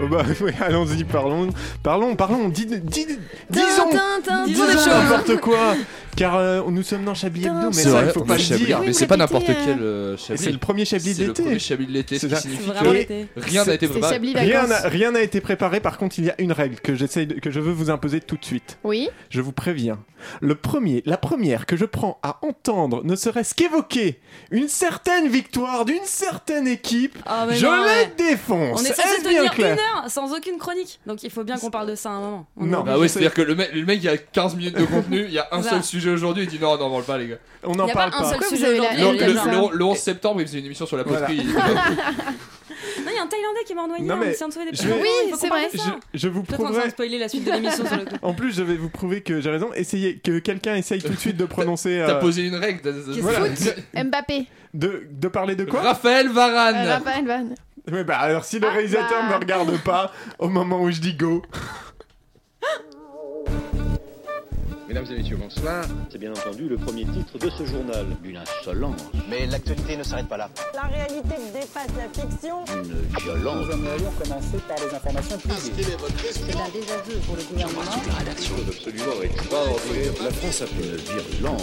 Oh bah, oui, allons-y, parlons, parlons, parlons, dis- dis- disons, Tintin, disons Tintin. n'importe quoi, car euh, nous sommes dans Chablis Hebdo, mais C'est ça, il vrai, faut on pas est le Chablis, dire. mais c'est Oui, pas mais n'importe écoutez, quel euh, Chablis. C'est le premier Chablis C'est le premier d'été. Chablis de l'été, ce C'est qui ça. C'est signifie vraiment que l'été. rien n'a été C'est préparé. Chablis Rien Vacances. n'a rien n'a été préparé, par contre, il y a une règle que j'essaye, de- que je veux vous imposer tout de suite. Oui. Je vous préviens, le premier, la première que je prends à entendre, ne serait-ce qu'évoquer une certaine victoire d'une certaine équipe, Ah, mais je non, les ouais. défonce. On est Est-ce censé bien tenir clair une heure sans aucune chronique. Donc il faut bien qu'on parle de ça à un moment. On est Non. obligé. Je Bah ouais, sais. c'est-à-dire que le mec, le mec, il y a 15 minutes de contenu, il y a un Voilà. seul sujet aujourd'hui, il dit non, on n'en parle pas, les gars. On Il n'en n'y a parle pas pas. un seul Pourquoi sujet vous avez aujourd'hui. la- Ah, Le, Et le- comme ça. le- le 11 septembre, il faisait une émission sur la Voilà. poterie. Non, il y a un Thaïlandais qui est mort noyé. Non, Non, mais mais c'est en trouver des je photos, vais- Oui, il faut c'est qu'on parle vrai. de Je, ça. je vous Peut-être qu'on est en train de prouverai. spoiler la suite de l'émission sur le coup. En plus, je vais vous prouver que j'ai raison. Essayez que quelqu'un essaye tout de suite de prononcer, T'as euh, posé une règle. t'as- t'as- Voilà. Mbappé. de, de parler de quoi Raphaël Varane. Euh, Raphaël Varane. Mais bah alors, si le Ah, réalisateur bah. me regarde pas au moment où je dis go, Mesdames et messieurs, bonsoir. C'est bien entendu le premier titre de ce journal. Une insolence. Mais l'actualité ne s'arrête pas là. La réalité dépasse la fiction. Une violence. Nous aimerions commencer par les informations privées. C'est un désaveu pour le gouvernement. la rédaction est absolument extraordinaire. La France a fait une violence.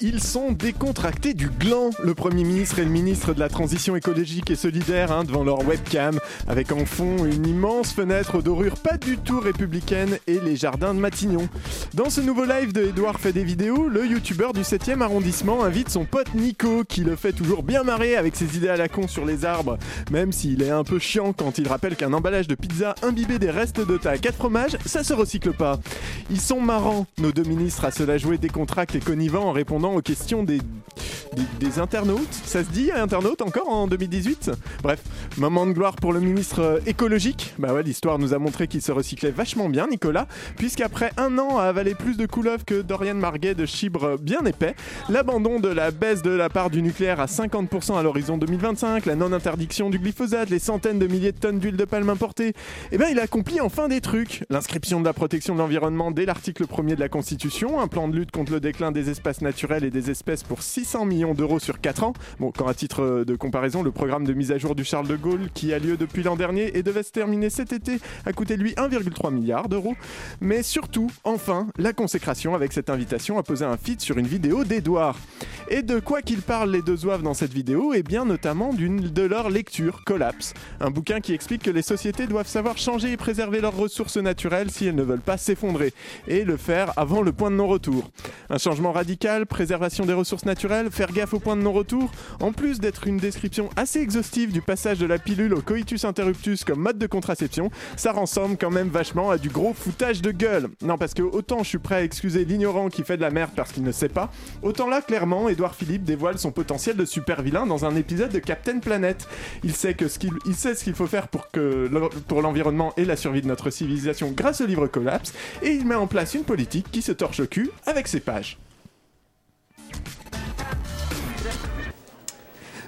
Ils sont décontractés du gland, le Premier ministre et le ministre de la Transition écologique et solidaire, hein, devant leur webcam, avec en fond une immense fenêtre dorure pas du tout républicaine et les jardins de Matignon. Dans ce nouveau live de Edouard fait des vidéos, le youtubeur du 7e arrondissement invite son pote Nico, qui le fait toujours bien marrer avec ses idées à la con sur les arbres, même s'il est un peu chiant quand il rappelle qu'un emballage de pizza imbibé des restes de ta à 4 fromages, ça se recycle pas. Ils sont marrants, nos deux ministres, à cela jouer décontractés et connivants en répondant aux questions des, des, des internautes. Ça se dit, internautes, encore en 2018 Bref, moment de gloire pour le ministre euh, écologique. Bah ouais, l'histoire nous a montré qu'il se recyclait vachement bien, Nicolas, puisqu'après un an à avaler plus de couleuvres que Dorian Marguet de chibre bien épais, l'abandon de la baisse de la part du nucléaire à 50% à l'horizon 2025, la non-interdiction du glyphosate, les centaines de milliers de tonnes d'huile de palme importée, eh ben, il accomplit enfin des trucs. L'inscription de la protection de l'environnement dès l'article 1er de la Constitution, un plan de lutte contre le déclin des espaces naturels et des espèces pour 600 millions d'euros sur 4 ans. Bon, quand à titre euh, de comparaison, le programme de mise à jour du Charles de Gaulle, qui a lieu depuis l'an dernier et devait se terminer cet été, a coûté lui 1,3 milliard d'euros. Mais surtout, enfin, la consécration avec cette invitation à poser un feed sur une vidéo d'Edouard. Et de quoi qu'ils parlent les deux zouaves dans cette vidéo Eh bien, notamment d'une de leur lecture, Collapse, un bouquin qui explique que les sociétés doivent savoir changer et préserver leurs ressources naturelles si elles ne veulent pas s'effondrer, et le faire avant le point de non-retour. Un changement radical, préservation des ressources naturelles, faire gaffe au point de non-retour, en plus d'être une description assez exhaustive du passage de la pilule au coitus interruptus comme mode de contraception, ça ressemble quand même vachement à du gros foutage de gueule. Non, parce que autant je suis prêt à excuser l'ignorant qui fait de la merde parce qu'il ne sait pas, autant là, clairement, Édouard Philippe dévoile son potentiel de super vilain dans un épisode de Captain Planet. Il sait, que ce qu'il, il sait ce qu'il faut faire pour, que, l'en- pour l'environnement et la survie de notre civilisation grâce au livre Collapse, et il met en place une politique qui se torche le cul avec ses pages.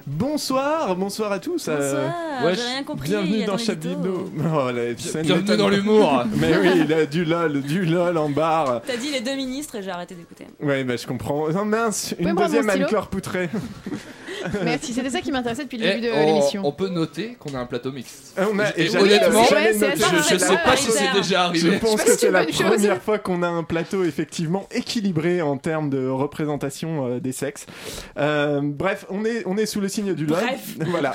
Bonsoir, bonsoir à tous. euh, Bonsoir, ouais, j'ai rien compris. bienvenue dans Chablis Chabdino. Oh, la scène Bienvenue m'étonne. dans l'humour. Mais oui, il a du lol, du lol en barre. T'as dit les deux ministres et j'ai arrêté d'écouter. Ouais, bah je comprends. Non, mince, Oui, une bravo, deuxième stylo. Anne-Claire Poutré. Merci, c'était ça qui m'intéressait depuis le Et début de Eh, on- l'émission. On peut noter qu'on a un plateau mixte. Ah, on a- Et j'allais- honnêtement, j'allais Ouais, le c'est noter. Je, je Ah, sais ah, pas si c'est paritaire. déjà Je arrivé. pas pense que si c'est c'est la une bonne chose. première fois qu'on a un plateau effectivement équilibré en termes de représentation euh, des sexes. Euh, bref, on est, on est sous le signe du love. Bref. Voilà.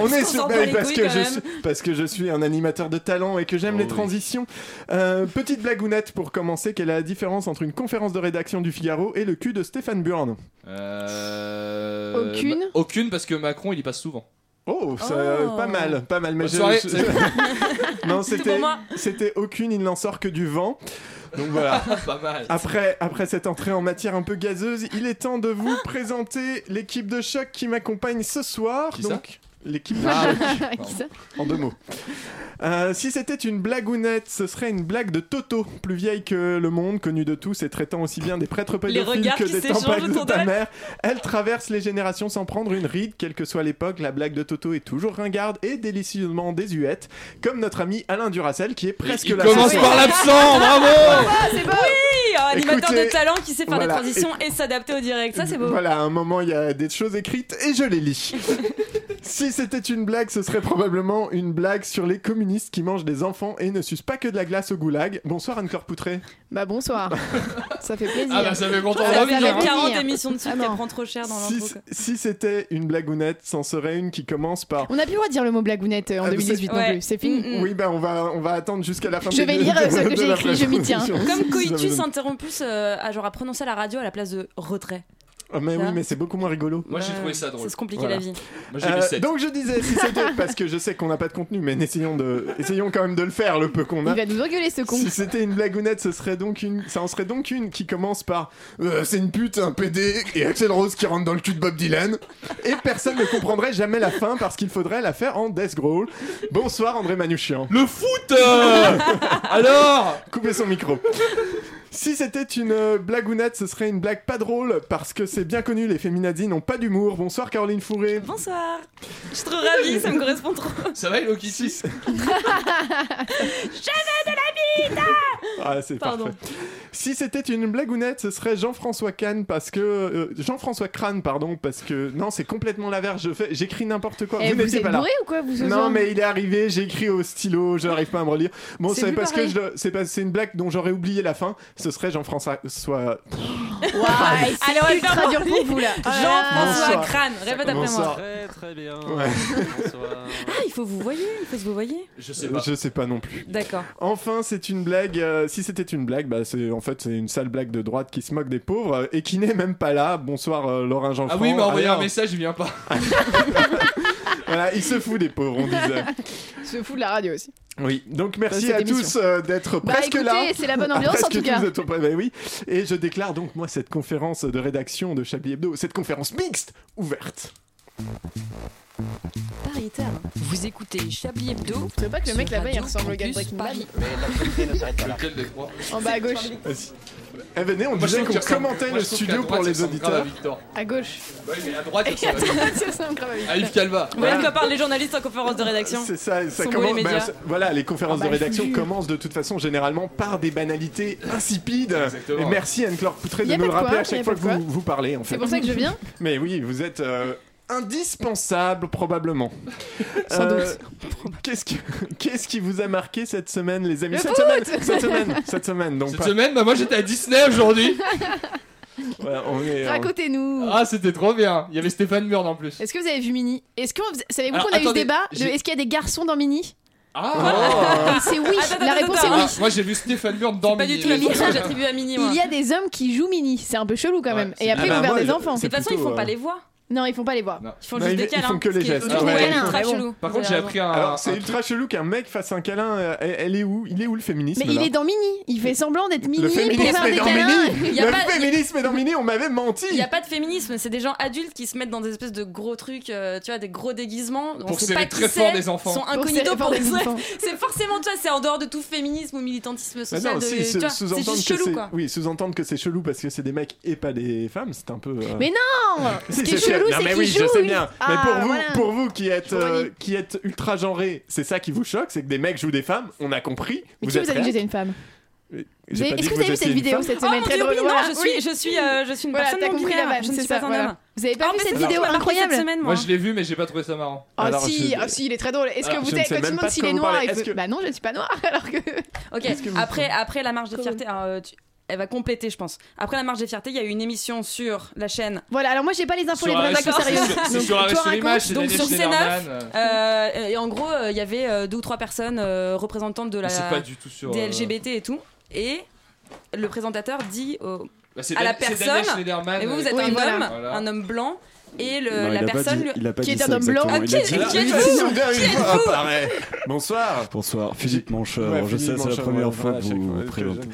On Parce est qu'on sous- s'en mais bat les parce couilles que quand je même. suis, parce que je suis un animateur de talent et que j'aime Oh les oui. transitions. Euh, petite blagounette pour commencer, quelle est la différence entre une conférence de rédaction du Figaro et le cul de Stéphane Burn Euh, Aucune. bah, Aucune parce que Macron il y passe souvent. Oh, ça, Oh. pas mal, pas mal. Mais Bonne je- soirée. je- non, C'est c'était, pour moi. c'était aucune. Il n'en sort que du vent. Donc voilà. Ah, pas mal. Après, après cette entrée en matière un peu gazeuse, il est temps de vous Ah présenter l'équipe de choc qui m'accompagne ce soir. Qui ça donc, l'équipe de Ah, choc, Qui ça en deux mots. Euh, si c'était une blagounette, ce serait une blague de Toto, plus vieille que le monde, connue de tous et traitant aussi bien des prêtres pédophiles regards que qui des s'échangent tampons de autour ta d'elle. mère. Elle traverse les générations sans prendre une ride, quelle que soit l'époque. La blague de Toto est toujours ringarde et délicieusement désuète, comme notre ami Alain Duracel qui est presque Il là. commence ce soir. par l'absent, bravo Ah, c'est beau Oui, un animateur Écoutez, de talent qui sait faire voilà, des transitions et, s'adapter au direct. Ça, c'est beau. Voilà, à un moment, il y a des choses écrites et je les lis. si c'était une blague, ce serait probablement une blague sur les communistes qui mangent des enfants et ne sucent pas que de la glace au goulag. Bonsoir, Anne-Claire Poutré. Bah bonsoir. ça fait plaisir. Ah bah ça fait content Ça Ah, ça d'en fait fait venir. hein. plaisir. 40 émissions de suite, Ah non. elle prend trop cher dans Si, l'intro. quoi. si c'était une blagounette, c'en serait une qui commence par. On n'a plus le droit de dire le mot blagounette euh, en Ah, mais 2018 non c'est- plus. C'est fini. Mm. Oui, bah on va, on va attendre jusqu'à la fin Je de- vais lire, euh, ce que de j'ai la écrit, je m'y tiens. présentation, si Comme ça Koitus vous donne- s'interrompt plus euh, à, genre, à prononcer à la radio à la place de retrait. Ah, mais oui, Ça. mais c'est beaucoup moins rigolo. Moi, j'ai Ouais, trouvé ça drôle. C'est se compliquer Voilà. la vie. Moi, j'ai Euh, mis 7. donc je disais, si c'était parce que je sais qu'on n'a pas de contenu, mais essayons de, essayons quand même de le faire le peu qu'on Il a. va nous engueuler ce con. Si c'était une blagounette, ce serait donc une, ça en serait donc une qui commence par euh, c'est une pute, un PD et Axel Rose qui rentre dans le cul de Bob Dylan et personne ne comprendrait jamais la fin parce qu'il faudrait la faire en death growl. Bonsoir André Manouchian. Le foot euh Alors Coupez son micro. Si c'était une euh, blagounette, ce serait une blague pas drôle parce que c'est bien connu, les féminazis n'ont pas d'humour. Bonsoir Caroline Fourré. Bonsoir. Je suis trop ravie, ça me correspond trop. Ça va, Hello Kitty Ah, c'est Pardon. parfait. Si c'était une blagounette, ce serait Jean-François Kahn parce que euh, Jean-François Crane pardon parce que non, c'est complètement l'inverse. Je fais j'écris n'importe quoi. Eh, vous n'étiez êtes pas là. bourré ou quoi vous Non, Ozan mais il est arrivé, j'ai écrit au stylo, je n'arrive pas à me relire. Bon, C'est c'est plus parce que pareil. je le- c'est pas- c'est une blague dont j'aurais oublié la fin. Ce serait Jean-François soit Waouh, c'est Allez, on va le ultra faire dur pour vous là. Jean-François Ah, Bonsoir. Crane, répète après Bonsoir. moi. Très très bien. Ouais. Bonsoir. Ah, il faut vous voyez, il faut se vous voyez. Je sais pas. je sais pas non plus. D'accord. Enfin, c'est une blague. euh, si c'était une blague, bah c'est en fait c'est une sale blague de droite qui se moque des pauvres euh, et qui n'est même pas là. Bonsoir euh, Laurent jean Ah oui, il m'a envoyé un message, il vient pas. Voilà, il se fout des pauvres, on disait. Se fout Ah, de la radio aussi. Oui, donc merci Cette à émission. tous euh, d'être Bah presque là. écoutez, c'est la bonne Ah, ambiance en presque tout cas. tous d'être- bah oui. Et je déclare donc moi cette conférence de rédaction de Chablis Hebdo, cette conférence mixte ouverte. Paritaire. Vous écoutez Chablis Hebdo. Je sais pas que le mec sur là-bas il Radio ressemble au gars de Campus Breaking Bad. Paris. Mais l'actualité ne s'arrête pas là. Lequel des trois En bas à gauche, Vas-y. Eh venez, on Moi, je disait trouve qu'on qu'il ressemble- commentait moi, le je trouve qu'à studio droite, pour il les ressemble grave à auditeurs. Victor. à gauche. Oui, mais à droite, il Et ressemble attends, ça ressemble grave à Ah, lui. à Yves Calva. Voilà de quoi parlent les journalistes en conférence de rédaction. C'est ça, ça Son commence. bruit bah, média. c'est- voilà, les conférences Ah bah, de rédaction vu. commencent de toute façon généralement par des banalités insipides. Exactement. Et merci Anne-Claude Poutré Y de a nous pas le de quoi, rappeler à y chaque a fois pas que de quoi. vous, vous parlez en fait. C'est pour ça que je viens. Mais oui, vous êtes euh, indispensable probablement. Euh, Sans Qu'est-ce qui, qu'est-ce qui vous a marqué cette semaine, les amis Le cette, semaine, cette semaine, cette semaine. Donc Cette pas- semaine, bah moi j'étais à Disney aujourd'hui. ouais, on est, on- Racontez-nous. Ah, c'était trop bien. Il y avait Stéphane Murd en plus. Est-ce que vous avez vu Mini Est-ce que vous- savez-vous Alors, qu'on a eu ce attendez, débat de j'ai- est-ce qu'il y a des garçons dans Mini Oh, Ah, Et c'est oui. Attends, La attends, réponse est attends. oui. Ah, Moi j'ai vu Stéphane Murd dans Pas du Mini, tout le Oh, mais- mixage attribué à Mini. moi. Il y a des hommes qui jouent Mini. C'est un peu chelou quand Ouais, même. c'est- Et après Ah ils vont bah, vers moi, des je- enfants. Mais De toute façon, ils plutôt, font pas euh, les voix. Non, ils font pas les voix. Ils font Non, juste ils- des ils câlins. font que les ce qui est gestes. toujours Ouais. ultra Ouais. chelou. Par contre, j'ai appris un. Alors c'est un- ultra chelou qu'un mec fasse un câlin. euh, Elle, elle est où Il est où le féminisme Mais il là est dans Mini. Il fait semblant d'être Mini Le pour féminisme faire est des dans câlins. Mini. Y a Le pas- féminisme est dans Mini. On m'avait menti. Il n'y a pas de féminisme, c'est des gens adultes qui se mettent dans des espèces de gros trucs, euh, tu vois, des gros déguisements. On Pour sait serrer pas très qui fort c'est, des enfants. sont Pour incognito serrer pour fort des des enfants. C'est forcément, tu vois, c'est en dehors de tout féminisme ou militantisme Bah social. non, de- si, tu se- vois, c'est sous-entendre juste que chelou, c'est- quoi. oui, sous-entendre que c'est chelou parce que c'est des mecs et pas des femmes, c'est un peu. euh, Mais non Ce Si, qui est c'est chelou, sûr. Non, c'est mais qu'il oui, joue. je sais lui. bien. Ah, mais pour vous, voilà. pour vous qui êtes, Je euh, relis. qui êtes ultra genré, c'est ça qui vous choque, c'est que des mecs jouent des femmes. On a compris. Mais qui vous a dit que réac- j'étais une femme J'ai Vous avez- pas dit Est-ce que que vous avez vu étiez cette une vidéo femme. cette Oh semaine mon très dieu, drôle oui, non, Voilà. je suis, Oui. je suis, euh, je suis une Voilà, personne t'as non compris la binaire, vanne, je ne c'est suis ça, pas un voilà. homme. Vous avez pas Ah, vu mais cette ça, vidéo ça m'a marqué incroyable cette semaine, moi. Moi je l'ai hein. vu, mais j'ai pas trouvé ça marrant. Ah Alors, si, je- ah si, il est très drôle. Est-ce que Alors, vous je ne avez sais quand tu même demandes pas s'il est comment noir parler. il Est-ce fait, que- Bah non, je ne suis pas noir alors que. Ok, Qu'est-ce que vous après, après la marge de Comment fierté, euh, tu- elle va compléter, je pense. Après la marge de fierté, il y a eu une émission sur la chaîne Voilà, alors moi j'ai pas les infos, Sur les un vrais reste- d'accord, sérieux. c'est sur- C'est Donc, sur toi, un reste sur raconte. l'image, c'est donc Daniel sur C9. Schneiderman, euh, Euh, et en gros, euh, il y avait euh, deux ou trois personnes euh, représentantes de la mais C'est pas du tout sur. des euh, LGBT et tout, et le présentateur dit au- bah, c'est à la Dan- c'est Daniel personne. Schneiderman, et vous euh, vous êtes Ah, Oui, un voilà. homme, Voilà. un homme blanc, et le- Non, il la a pas personne dit- lui il a pas Qui dit est un ça homme blanc. Ah, exactement, il a qui- dit- qui- Il êtes dit vous soudain une Qui fois, êtes-vous apparaît. Bonsoir. Bonsoir, Philippe Mancheur. Ouais, je Philippe sais, c'est la Mancheur, première ouais, fois voilà, que à chaque vous fois vous que présentez.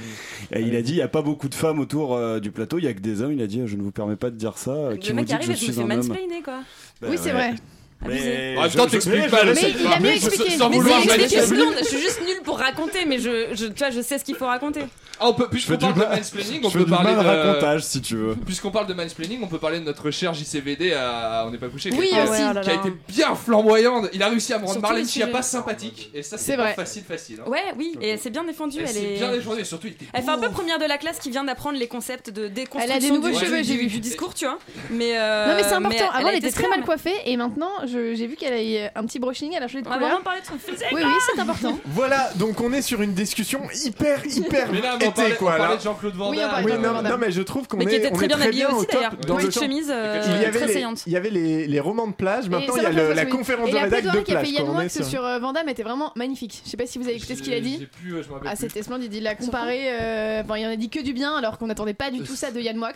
je- Et il a dit il n'y a pas beaucoup de femmes autour euh, du plateau, il n'y a que des hommes. Il a dit je ne vous permets pas de dire ça. euh, qui le m'ont mec dit que arrive je et je me suis fais un homme. mansplainer quoi. Bah Oui, c'est ouais. vrai. Abusé. En même temps, je- t'expliques je- pas le Mais site, il quoi. a bien Mais je- expliqué. Sans Mais Mais vouloir, c'est je expliqué laisse- seconde, je suis juste nulle pour raconter, mais je, je, tu vois, je sais ce qu'il faut raconter. Ah, on peut, puisqu'on fais du parle de mal- mansplaining, Je on fais peut du mal parler de. racontage si tu veux. Puisqu'on parle de mansplaining, on peut parler de notre cher JCVD à On n'est pas couché. Oui, qui a- aussi. oh là Ah, Qui a là. été bien flamboyante. Il a réussi à me rendre Sur tous Marlène les sujets. Schiappa sympathique. Et ça, C'est c'est pas vrai. facile, facile. hein. Ouais, oui, et c'est bien défendu. Elle Elle, s'est est. bien défendue et surtout, il était. Elle fait un peu beau. première de la classe qui vient d'apprendre les concepts de déconstruction Elle a des nouveaux du, cheveux, du- j'ai vu. du discours, tu vois. Mais euh, Non mais c'est important. elle Avant a elle été était très mal ferme. coiffée et maintenant je- j'ai vu qu'elle a un petit brushing, elle a changé de On va vraiment couleur. parler de son physique. Oui oui c'est important. Voilà, donc on est sur une discussion hyper, hyper Mais là, on été, parlait, on quoi. là. parlait de Jean-Claude Van Oui, on Damme. parlait Oui, de non, Madame. non, mais je trouve qu'on Mais qui est, était on très est bien habillée au aussi top d'ailleurs. dans le Petite champ. chemise euh, Il y avait, très les, saillante. il y avait les, les romans de plage, maintenant ça il y a m'a fait le- penser, la oui. conférence Et de la rédac de plaidoirie qu'il a plage. fait Yann quoi, on Moix est sur- sur euh, Van Damme était vraiment magnifique. Je sais pas si vous avez écouté ce qu'il a J'ai- dit. J'ai plus, euh, je me rappelle Ah, plus. c'était splendide. Il a comparé. euh, Enfin, il en a dit que du bien, alors qu'on n'attendait pas du tout ça de Yann Moix.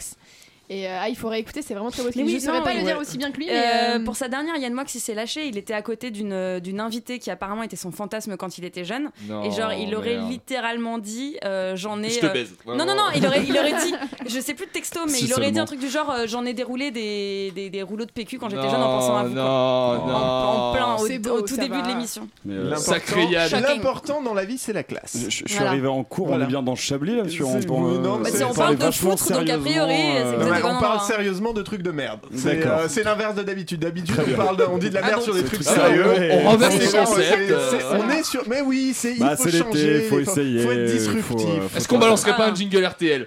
Et euh, ah, il faut réécouter, c'est vraiment très beau. ce Mais livre. oui, je saurais non, pas oui. le dire aussi bien que lui, mais. Euh, euh, pour sa dernière, Yann Moix il s'est lâché. Il était à côté d'une euh, d'une invitée qui apparemment était son fantasme quand il était jeune. et genre, il aurait littéralement dit euh, J'en ai. Oh, Je te euh, baise. Ouais, Non, non, ouais, non, ouais. il aurait, il aurait dit, je sais plus de texto, mais Si il aurait dit seulement. un truc du genre euh, J'en ai déroulé des, des, des rouleaux de PQ quand j'étais jeune en pensant à vous. quoi. Non, non. Ah, En, en plein, C'est au, beau, au tout ça début va. de l'émission. Mais, euh, L'important- Sacré Yann. Shocking. L'important dans la vie, c'est la classe. je, je suis Voilà. Bah, arrivé en cours, Voilà. on est bien dans Chablis là, sur on, C'est- parle- non, mais euh, si on on parle parlait de vachement foutre, donc a priori, sérieusement, c'est que euh, Non, vous mais êtes on vraiment parle dans un- sérieusement de trucs de merde. C'est D'accord. euh, c'est l'inverse de d'habitude. D'habitude, Très on bien. parle, de- on dit de la Ah merde non, sur des trucs Ah, sérieux. ouais, ouais. On Ah, renverse c'est les ça, c'est- concepts. c'est- euh, On est sur. Mais oui, c'est. Bah, il faut c'est l'été, changer. faut les- Faut être essayer, disruptif. faut- faut- Est-ce qu'on balancerait pas un jingle RTL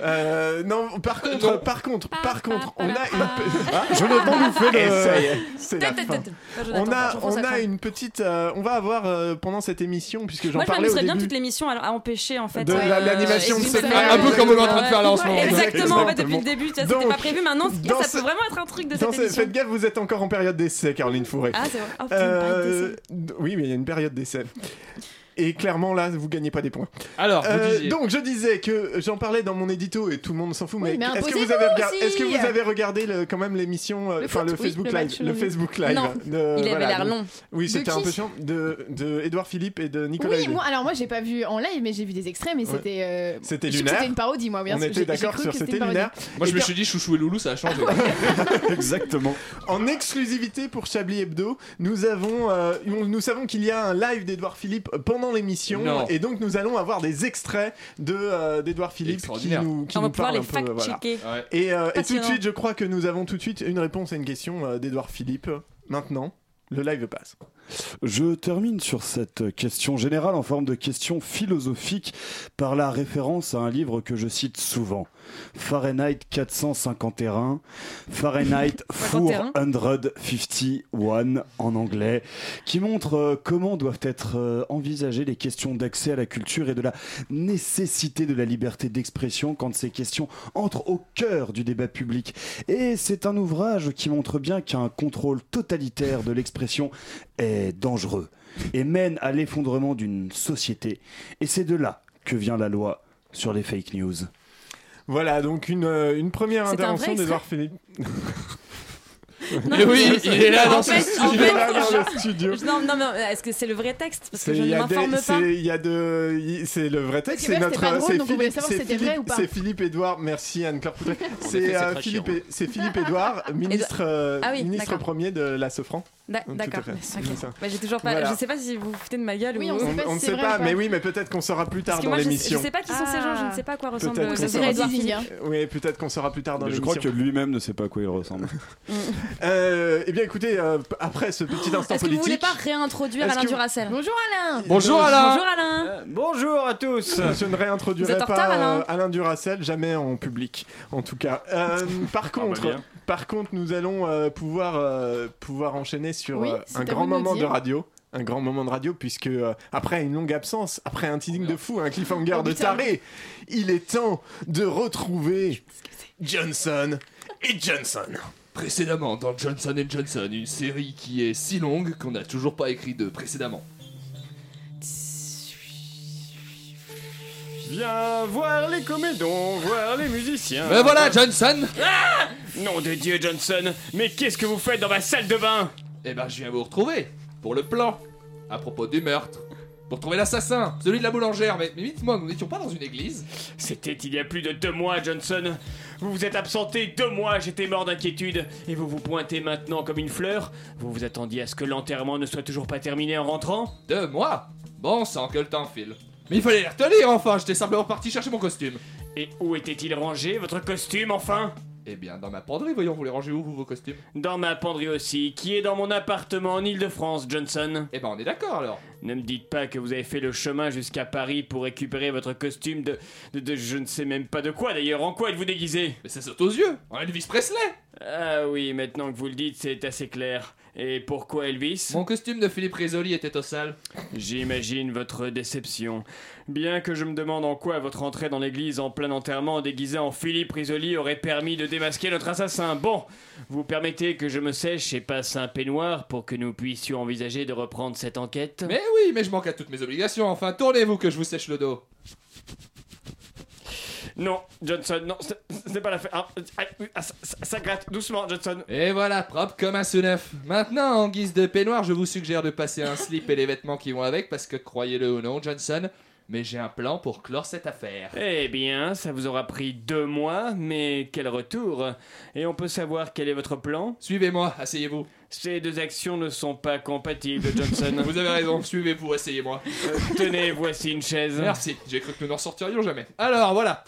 Euh, non, par contre, Non. par contre, par contre, on a une. Ah, je l'ai pas bouffé Et ça y le. est, c'est la Tête, fin. tête, tête. Ah, Jonathan, On a, j'en pense on à a quoi. une petite. euh, on va avoir euh, pendant cette émission, puisque j'en Moi, je parlais au m'amuserais bien début. toute l'émission à, à empêcher en fait. De la- l'animation de et- cette- Ah, Un peu comme on est en train de faire là en ce moment. Exactement, en fait, depuis Exactement. le début, tu vois, Donc, c'était pas prévu. Maintenant, ce- dans ça ce- peut vraiment être un truc de Dans cette ce- émission. faites gaffe, vous êtes encore en période d'essai, Caroline Fourré. Ah, c'est vrai. Oh, putain, Euh, pareil, d- oui, mais il y a une période d'essai. Et clairement, là, vous gagnez pas des points. Alors, Ah, vous Euh, disiez. donc, je disais que j'en parlais dans mon édito et tout le monde s'en fout, Oui, mais est-ce que, vous imposez-vous avez regard- aussi est-ce que vous avez regardé le- quand même l'émission, euh, Le enfin foot, le oui, Facebook le Live match, Le oui. Facebook Live. Non, Il de- avait voilà, l'air donc- long. Oui, De c'était un qui peu chiant. De, de Edouard Philippe et de Nicolas oui, Hulot. moi, alors moi j'ai pas vu en live, mais j'ai vu des extraits, mais Ouais. c'était. euh, C'était je sais que lunaire. C'était une parodie, moi, bien On sûr. était J'ai- j'ai d'accord cru sur que c'était une parodie. lunaire. Moi, je me suis dit Chouchou et Loulou, ça a changé. Exactement. En exclusivité pour Chablis Hebdo, nous avons, euh, nous nous savons qu'il y a un live d'Edouard Philippe pendant l'émission, Non. et donc nous allons avoir des extraits de euh, d'Edouard Philippe qui Extraordinaire. nous, qui On nous va pouvoir parle les un peu. voilà. fact-checker. Ouais. Et, euh, et tout de Passionnant. suite, je crois que nous avons tout de suite une réponse à une question euh, d'Edouard Philippe. Maintenant, le live passe. Je termine sur cette question générale en forme de question philosophique par la référence à un livre que je cite souvent. Fahrenheit 451, Fahrenheit 51. 451 en anglais, qui montre euh, comment doivent être euh, envisagées les questions d'accès à la culture et de la nécessité de la liberté d'expression quand ces questions entrent au cœur du débat public. Et c'est un ouvrage qui montre bien qu'un contrôle totalitaire de l'expression est dangereux et mène à l'effondrement d'une société. Et c'est de là que vient la loi sur les fake news. Voilà, donc une, euh, une première C'est un intervention vrai d'Edouard Philippe. Non, Et oui, mais- il est là En dans ce fait, en Il studio. est fait, là dans le studio. Je- Non, non, mais est-ce que c'est le vrai texte Parce que C'est- je il y ne a des- m'informe pas. c'est- il y a de- il- C'est le vrai Parce texte, que c'est là, notre. c'était pas drôle, c'est donc on voulait savoir c'est si c'était Philippe- vrai ou pas. C'est Philippe Edouard, merci Anne-Claire Poudret. effet, C'est c'est euh, très Philippe, chiant, c'est Philippe Edouard, ministre, euh, Ah oui, ministre d'accord. premier de la Sofran. Da- Tout à D'accord. fait, c'est Ok. ça. Bah, j'ai toujours pas. Voilà. Je sais pas si vous vous foutez de ma gueule Oui, ou. on sait pas si On ne c'est sait vrai pas, ou pas. mais oui, mais peut-être qu'on saura plus tard Parce que dans moi, je, je l'émission. sais pas qui sont ces gens. Ah. Je ne sais pas à quoi ressemble Peut-être le qu'on le saura vrai plus Edouard tard. Philippe. Oui, peut-être qu'on saura plus tard dans Je l'émission. crois que lui-même ne sait pas à quoi il ressemble. Euh, eh bien, écoutez, euh, p- après ce petit Oh, instant Est-ce que vous voulez politique, pas réintroduire Est-ce Alain que vous- Duracel Bonjour Alain Bonjour Alain. Bonjour Alain Euh, Bonjour à tous je ne réintroduirai Vous êtes en pas retard, Alain. euh, Alain Duracel jamais en public, en tout cas. Euh, par contre, Ah, bah, bien. par contre, nous allons euh, pouvoir euh, pouvoir enchaîner sur Oui, euh, c'est un à grand vous de nous moment de dire. radio. Un grand moment de radio, puisque euh, après une longue absence, après un teasing de fou, un cliffhanger Oh, de putain. taré, il est temps de retrouver Johnson et Johnson. Précédemment dans Johnson Johnson, une série qui est si longue qu'on n'a toujours pas écrit de précédemment. Viens voir les comédons, voir les musiciens. Ben voilà Johnson Ah Nom de Dieu, Johnson, mais qu'est-ce que vous faites dans ma salle de bain Eh ben je viens vous retrouver pour le plan à propos du meurtre pour trouver l'assassin, celui de la boulangère. Mais, mais dites-moi, nous n'étions pas dans une église C'était il y a plus de deux mois, Johnson. Vous vous êtes absenté deux mois, j'étais mort d'inquiétude. Et vous vous pointez maintenant comme une fleur Vous vous attendiez à ce que l'enterrement ne soit toujours pas terminé en rentrant Deux mois Bon sang, que le temps file. Mais il fallait les retenir enfin, j'étais simplement parti chercher mon costume. Et où était-il rangé, votre costume enfin Eh bien, dans ma penderie, voyons, vous les rangez où, vous, vos costumes Dans ma penderie aussi, qui est dans mon appartement en Ile-de-France, Johnson. Eh ben, on est d'accord alors. Ne me dites pas que vous avez fait le chemin jusqu'à Paris pour récupérer votre costume de, de, de- Je ne sais même pas de quoi d'ailleurs, en quoi êtes-vous déguisé Mais ça saute aux yeux, en Elvis Presley Ah oui, maintenant que vous le dites, c'est assez clair. Et pourquoi Elvis Mon costume de Philippe Risoli était au sale. J'imagine votre déception. Bien que je me demande en quoi votre entrée dans l'église en plein enterrement déguisée en Philippe Risoli aurait permis de démasquer notre assassin. Bon, vous permettez que je me sèche et passe un peignoir pour que nous puissions envisager de reprendre cette enquête Mais oui, mais je manque à toutes mes obligations, enfin, tournez-vous que je vous sèche le dos. Non, Johnson, non, ce ce n'est pas la fin. Ah, ah, ça, ça- ça gratte, doucement, Johnson. Et voilà, propre comme un sous-neuf. Maintenant, en guise de peignoir, je vous suggère de passer un slip et les vêtements qui vont avec, parce que croyez-le ou non, Johnson, mais j'ai un plan pour clore cette affaire. Eh bien, ça vous aura pris deux mois, mais quel retour Et on peut savoir quel est votre plan Suivez-moi, asseyez-vous. Ces deux actions ne sont pas compatibles, Johnson. Vous avez raison, suivez-vous, asseyez-moi. Euh, Tenez, voici une chaise. Merci, j'ai cru que nous n'en sortirions jamais. Alors voilà.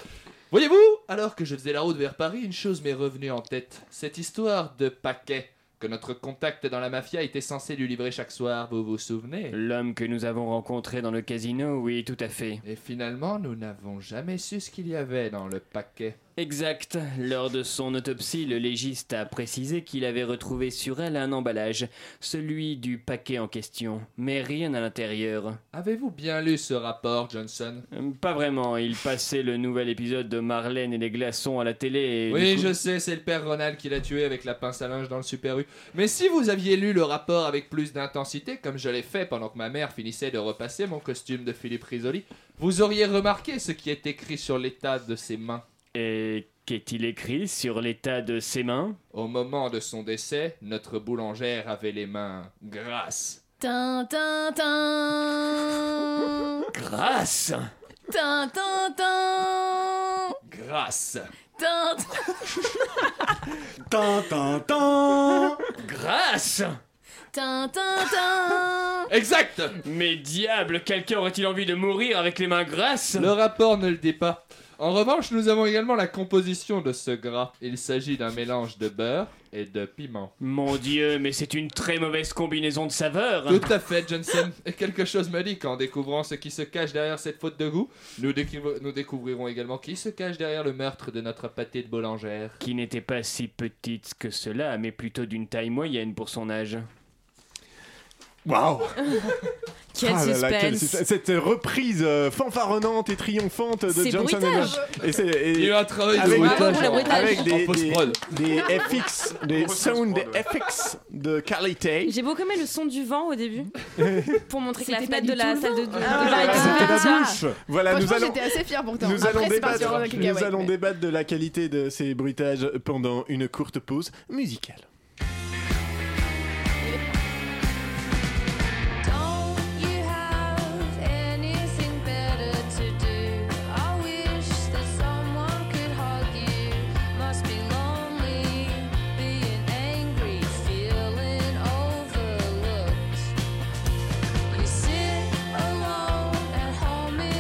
Voyez-vous, alors que je faisais la route vers Paris, une chose m'est revenue en tête. Cette histoire de paquet que notre contact dans la mafia était censé lui livrer chaque soir, vous vous souvenez L'homme que nous avons rencontré dans le casino, oui, tout à fait. Et finalement, nous n'avons jamais su ce qu'il y avait dans le paquet. Exact. Lors de son autopsie, le légiste a précisé qu'il avait retrouvé sur elle un emballage, celui du paquet en question, mais rien à l'intérieur. Avez-vous bien lu ce rapport, Johnson Euh, Pas vraiment, il passait le nouvel épisode de Marlène et les glaçons à la télé et... Oui, du coup- je sais, c'est le père Ronald qui l'a tué avec la pince à linge dans le Super U. Mais si vous aviez lu le rapport avec plus d'intensité, comme je l'ai fait pendant que ma mère finissait de repasser mon costume de Philippe Risoli, vous auriez remarqué ce qui est écrit sur l'état de ses mains. Et qu'est-il écrit sur l'état de ses mains Au moment de son décès, notre boulangère avait les mains grasses. Tin, tin, tin. Grâce Tin, tin, tin. Grasses. Tin, tin. Tin, tin, tin. Grâce Tin, tin, tin. Exact Mais diable, quelqu'un aurait-il envie de mourir avec les mains grasses Le rapport ne le dit pas. En revanche, nous avons également la composition de ce gras. Il s'agit d'un mélange de beurre et de piment. Mon dieu, mais c'est une très mauvaise combinaison de saveurs Tout à fait, Johnson. Et quelque chose me dit qu'en découvrant ce qui se cache derrière cette faute de goût, nous, décriv- nous découvrirons également qui se cache derrière le meurtre de notre pâté de boulangère. Qui n'était pas si petite que cela, mais plutôt d'une taille moyenne pour son âge. Waouh Quel Ah là suspense. là, quel suspense. Cette reprise euh, fanfaronnante et triomphante de C'est Johnson bruitage. et, c'est- et- Il y a eu un travail de avec, Bravo pour bruitage le bruitage. avec en des, post-prod. des, des FX, des sound FX de qualité. J'ai beaucoup aimé le son du vent au début pour montrer que la C'était pas fenêtre du de la tout le salle de de- bah, Ah, de- c'était de- la de- douche. Voilà, Bah, nous Franchement, allons, j'étais assez fier pourtant. nous allons Après, c'est parti en débattre, nous cacahuète, allons mais- débattre de la qualité de ces bruitages pendant une courte pause musicale. Sorry.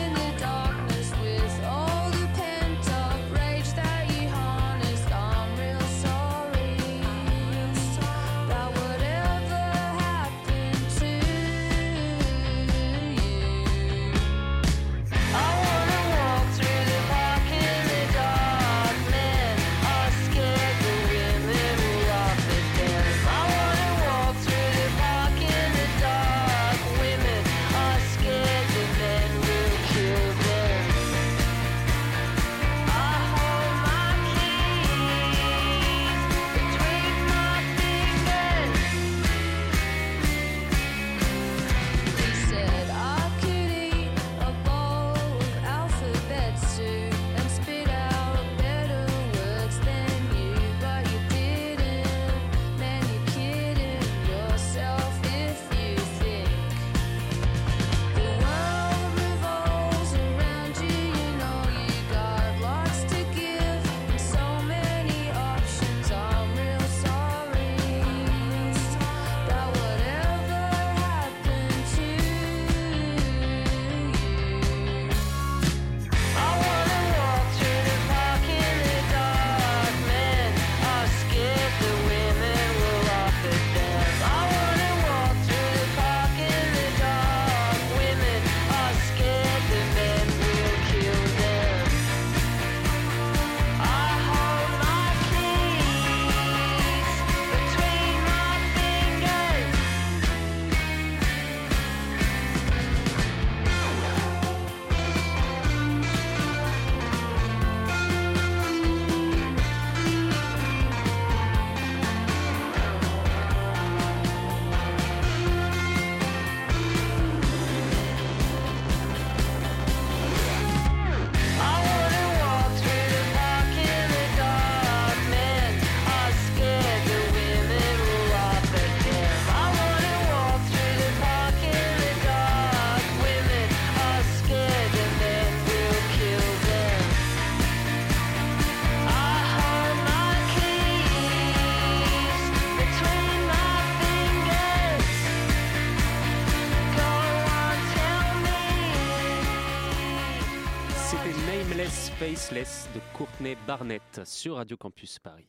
Faceless, Faceless de Courtney Barnett sur Radio Campus Paris.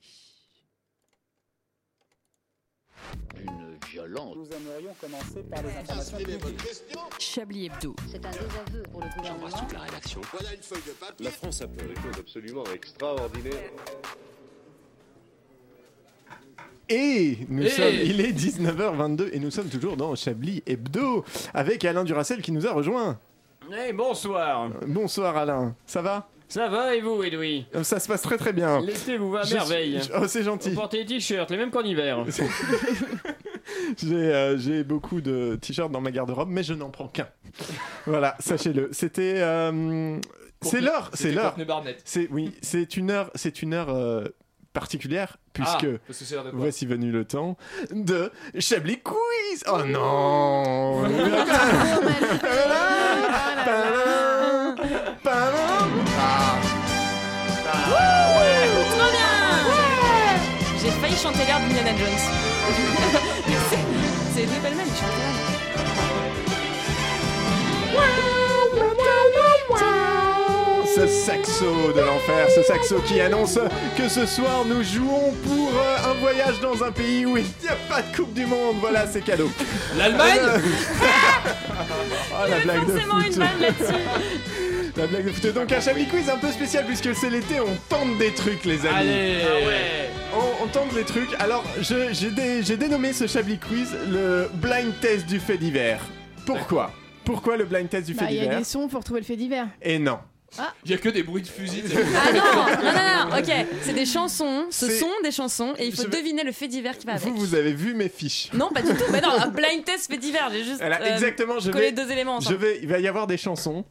Une violence. Nous aimerions commencer par les informations Chablis Hebdo. C'est un désaveu pour le gouvernement. toute la rédaction. Voilà une feuille de papier. La France a fait des choses absolument Extraordinaire. Et nous Et- sommes, il est 19h22 et nous sommes toujours dans Chablis Hebdo avec Alain Duracel qui nous a rejoint. Eh, bonsoir. Bonsoir Alain, ça va Ça va et vous, Edoui Euh, Ça se passe très très bien. L'été vous va à Je suis- merveille. je- oh, c'est gentil. Vous portez des t-shirts, les mêmes qu'en hiver. J'ai euh, j'ai beaucoup de t-shirts dans ma garde-robe, mais je n'en prends qu'un. voilà, sachez-le. C'était. euh, c'est Courtney- l'heure, c'est c'était l'heure. Courtney Barnett. C'est oui, c'est une heure, c'est une heure euh, particulière puisque Ah, parce que c'est l'heure de quoi voici venu le temps de Chablis Quiz. Oh non. Trop bien J'ai failli chanter l'air d'Indiana Jones. C'est- C'est deux belles mêmes, Ce saxo de l'enfer, ce saxo qui annonce que ce soir nous jouons pour euh, un voyage dans un pays où il n'y a pas de Coupe du Monde. Voilà, c'est cadeau. L'Allemagne Oh la blague de forcément foot. une balle là-dessus. La blague de foot. Donc un Chablis Quiz un peu spécial puisque c'est l'été, on tente des trucs les amis. Allez Eh, Ah ouais. on, on tente des trucs. Alors je- j'ai dé- j'ai dénommé ce Chablis Quiz le blind test du fait divers. Pourquoi Pourquoi le blind test du Bah, fait il y a divers des sons pour trouver le fait divers. Et non. Ah. Il y a que des bruits de fusil. Ah non, non, non, non, ok, c'est des chansons, ce C'est- sont des chansons, et il faut Je- deviner le fait divers qui va avec. Vous, vous avez vu mes fiches. Non, pas du tout, mais non, un blind test fait divers, j'ai juste Voilà, euh, exactement, je collé hein. vais, deux éléments je ensemble. vais, il va y avoir des chansons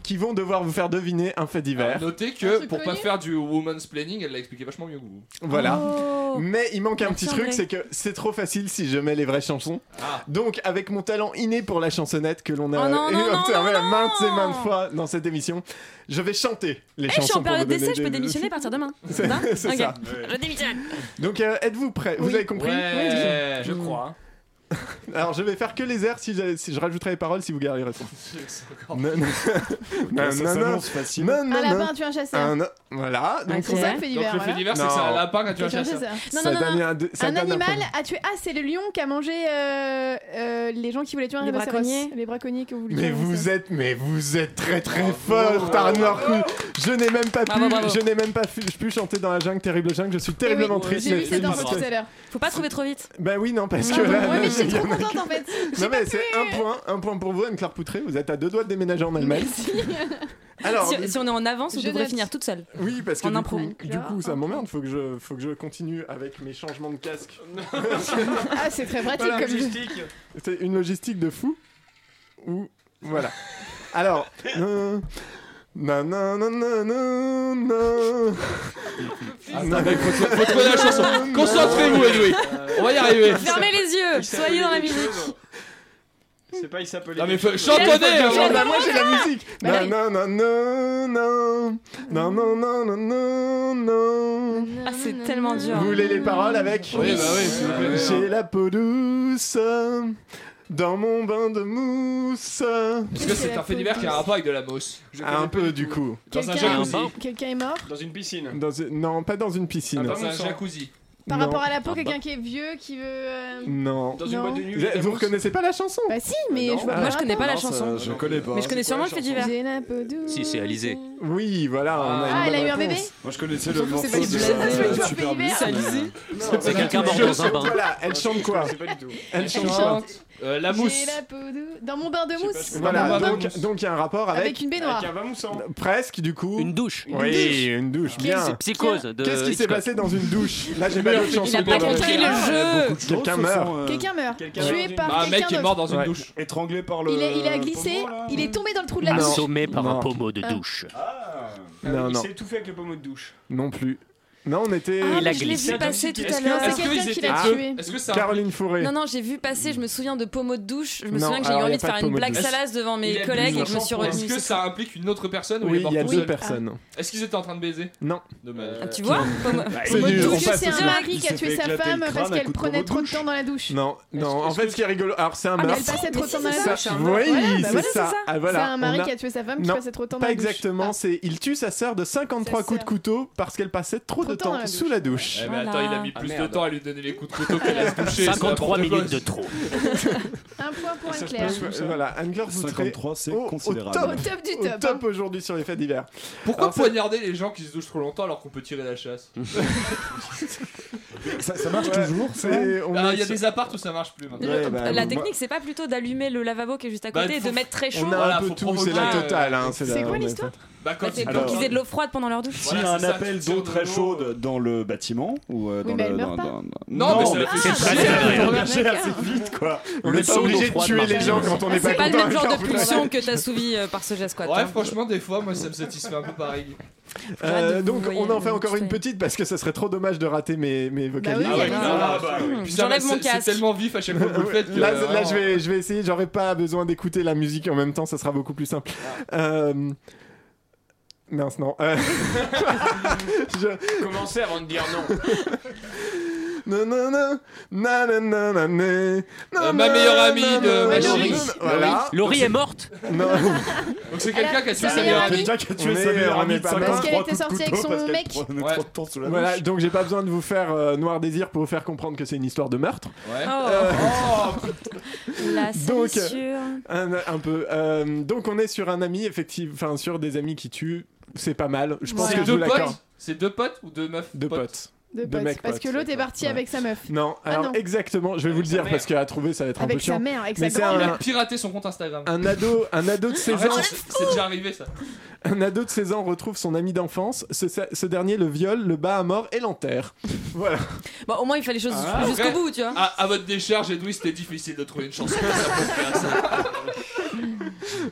qui vont devoir vous faire deviner un fait divers. Notez Ah, que pour pas faire du woman's planning, elle l'a expliqué vachement mieux que vous. Ah, Oh. Voilà. Oh, Eh, Mais il manque un Merci, petit truc, André. c'est que c'est trop facile si je mets les vraies chansons. Donc, avec mon talent inné pour la chansonnette que l'on a Oh non, non, non, observé non, non. maintes et maintes fois dans cette émission, je vais chanter les Eh, je chansons. suis en pour vous période donner d'essai, je peux des- démissionner à partir de demain. C'est va c'est Ok. ça. Je démissionne. Donc, euh, êtes-vous prêts Vous avez compris Ouais, je crois. Alors, je vais faire que les airs si je, si je rajouterai les paroles si vous gardez ça. Non, non. Non, ça non, non. s'annonce facile. Non, non, Un lapin non. a tué un chasseur. Un- Voilà. Ah, c'est ça le fait divers, Donc le fait voilà. divers, c'est que c'est un Non. lapin quand tu vas Quelqu'un chercher fait ça. ça. Non, Ça non, non, donne non. un de- ça Un donne un animal peu. a tué. Ah, c'est le lion qui a mangé euh, euh, les gens qui voulaient tuer un Les rhinocéros. braconniers. Les braconniers que vous voulez Mais tuer. vous êtes, mais vous êtes très très fort, Arnaud Arcoul. Je n'ai même pas pu, Bravo, bravo. je n'ai même pas pu, pu chanter dans la jungle, terrible jungle. Je suis terriblement Eh oui, triste. j'ai vu mais cette info félicitations. tout à l'heure. Faut pas trouver trop vite. Bah oui, non, parce Ah que bon, là. ouais, mais je suis il y en trop a qui- contente, en fait. Non, mais c'est un point, un point pour vous, Anne-Claire Poutré. Vous êtes à deux doigts de déménager en Allemagne. Alors, si, si on est en avance, on Je devrait note. finir toute seule. Oui, parce que En du impro. coup, du coup, ça m'emmerde. Faut que je, faut que je continue avec mes changements de casque. Ah, c'est très pratique Voilà, comme C'est une logistique de fou. Ou voilà. Alors. euh, nan, nan, nan, nan, nan, nan. Attends, mec, faut, faut trouver la chanson. Concentrez-vous, Edoui. Euh, On va y arriver. Fermez les yeux, soyez dans la musique. C'est pas, il s'appelait. Non, mais faut- des choses. chantonnez, Faut- avant. Bah, moi j'ai la musique. Bah, Nan, nan, nan, nan, nan. Nan, nan, nan, nan, nan, nan. Ah, c'est tellement dur. Vous voulez les paroles avec Oui, bah oui, s'il vous plaît. J'ai la peau douce dans mon bain de mousse. Ah, Parce que c'est un fait divers qui a un rapport avec de la mousse. Un peu du coup. Dans un Quelqu'un jacuzzi. quelqu'un est mort Dans une piscine. Dans une- Non, pas dans une piscine. Dans un jacuzzi. Par Non. Ah, bah. rapport à la peau, quelqu'un qui est vieux, qui veut. euh, Non. Dans une Non. boîte de nuit, Vous- j'ai de la Vous mousse. reconnaissez pas la chanson Bah si, mais je vois Ah. pas. Moi, le je connais rapport. pas la Non, ça, chanson. je connais pas. Mais je connais sûrement le fait divers. J'ai la peau douce. Si, c'est Alizé. Oui, voilà. on Ah, elle une a bonne eu un réponse. bébé Moi, je connaissais le Surtout, morceau c'est pas de du blasé, euh, c'est pas Super hyper Miss. balisé. C'est quelqu'un mort dans un bain. Voilà, elle chante quoi C'est pas du tout. Elle chante Elle quoi chante. Euh, la J'ai mousse. la peau douce. Dans mon bain de mousse. Voilà, Dans mon bain de donc donc il y a un rapport avec Avec une baignoire. Avec un vamoussant. Presque du coup. Une douche. Oui, une douche, bien. C'est Psychose de Qu'est-ce qui s'est Hitchcock. passé dans une douche Là, j'ai pas d'autre Oh, chanson. Il a pas pour le- compris le jeu. Ah, Quelqu'un euh, meurt. Quelqu'un meurt. Quelqu'un Tué meurt. par Ah, un mec qui quelqu'un est mort d'autre. dans une Ouais. douche. Étranglé par le. Il, est- il a glissé, pommeau, là. il est tombé dans le trou de la douche. Assommé par Non. un pommeau de Ah. douche. Ah, Non, il non. s'est étouffé avec le pommeau de douche. Non plus. Non, on était. Ah, mais je l'ai vu passer tout à l'heure. Est-ce qu'ils étaient Ah, deux Est-ce que ça Caroline Fourré. Non, non, j'ai vu passer, je me souviens de pommeau de douche. Je me Non, souviens que j'ai eu alors, y a envie de pas faire de une pommeau de blague douche. salace devant mes Il a collègues douze et je me suis enfants. retenue. Est-ce que ça implique une autre personne ou Oui, il est mort il y a tout deux seul personnes. Est-ce qu'ils étaient en train de baiser Non. Dommage. tu vois Pommeau- Bah, C'est nul, on Est-ce que passe c'est au un suivant. mari qui a tué sa femme parce qu'elle prenait trop de temps dans la douche Non, non, en fait, ce qui est rigolo. Alors, c'est un Ah, mais meurtre. elle passait trop de temps dans la Ça- douche. Oui, Voilà, bah c'est voilà, c'est ça. ça. Ah, voilà, C'est un mari on a- qui a tué sa femme qui Non, passait trop de temps dans Pas la douche. Ah. exactement, c'est il tue sa sœur de 50 coups de couteau parce qu'elle passait trop, de temps, dans la douche. sous la douche. Eh, mais attends, il a mis Ah, plus de merde. temps à lui donner les coups de couteau qu'à la se toucher. 53 minutes de trop. Un point pour Ça se Anne-Claire. passe, euh, Voilà, Anne-Claire Foutré 53, c'est au- au considérable. top- Au top du au top, top aujourd'hui sur les faits divers. Pourquoi Alors, ça- poignarder les gens qui se douchent trop longtemps alors qu'on peut tirer la chasse Ça, ça marche toujours ça c'est- on Ah, est Il y a sur- des apparts où ça marche plus maintenant. Ouais, La bah, moi- technique, c'est pas plutôt d'allumer le lavabo qui est juste à Bah, côté et faut- de mettre très chaud On a Voilà, un peu faut tout, c'est la provoquer, euh, totale. hein, C'est la- quoi on est- l'histoire Bah, quand Bah, c'est il- pour Alors- qu'ils aient de l'eau froide pendant leur douche. S'il y a Voilà, un c'est ça, appel tu tires d'eau de très l'eau. euh, chaude dans le bâtiment ou euh, Oui, dans mais elle le. meurt dans- pas. dans- Non, mais ça mais fait c'est très très bien. bien, Bien bien cher, c'est vite quoi. On n'est pas saut obligé d'eau de froide tuer les marche. gens quand on n'est pas C'est pas le content. Ah, même genre Anne-Claire de Foutré. pulsion que t'as souvi euh, par ce geste, quoi. Ouais, Attends. franchement, des fois, moi, ça me satisfait un peu pareil. Euh, Vous donc voyez, on en fait vous encore une faites. petite parce que ça serait trop dommage de rater mes, Bah mes vocalises. oui, Ah ouais, non, Ah, bah, oui. Puis ça, J'enlève c'est- mon C'est casque. tellement vif à chaque fois que vous le faites que. Là, euh, là, vraiment. je, vais, je vais essayer, j'aurais pas besoin d'écouter la musique en même temps, ça sera beaucoup plus simple. Ah. Euh, Mince, non. Euh, je- Commencez avant de dire non. Non, non, non, na, na, na, na, na, na, Euh, ma meilleure na, amie na, de Bah na, ma na, chérie. na, na, Voilà. Laurie est morte Non, Donc c'est quelqu'un qui a tué Sa sa meilleure meilleure amie. amie. Quelqu'un qui a On tué est- sa meilleure on amie est pas par mal. Parce qu'elle était sortie avec son mec. Ouais. Voilà, donc j'ai pas besoin de vous faire euh, Noir Désir pour vous faire comprendre que c'est une histoire de meurtre. Euh, Ouais. Oh, Oh, la donc, censure. Un, un peu. Euh, donc on est sur un ami, effectivement, enfin sur des amis qui tuent. C'est pas mal. Je pense C'est que je vous deux l'accorde. potes C'est deux potes ou deux meufs Deux potes. De De potes, mec parce pote, que l'autre est parti ouais. avec sa meuf. Non, Ah alors non. exactement, je vais vous le Avec sa dire mère. parce qu'à trouver ça va être un peu Avec sa chiant. mère, avec Mais sa c'est Il grand-mère. un- a piraté son compte Instagram. Un ado, un ado de 16 ans, Arrête, c'est- C'est déjà arrivé ça. un ado de 16 ans retrouve son ami d'enfance. Ce, ce dernier le viole, le bat à mort et l'enterre. Voilà. Bon, au moins, il fait les choses Ah, jusqu'au après- bout, tu vois. À, à votre décharge, Edoui, c'était difficile de trouver une chanson. qui s'appropriait à ça.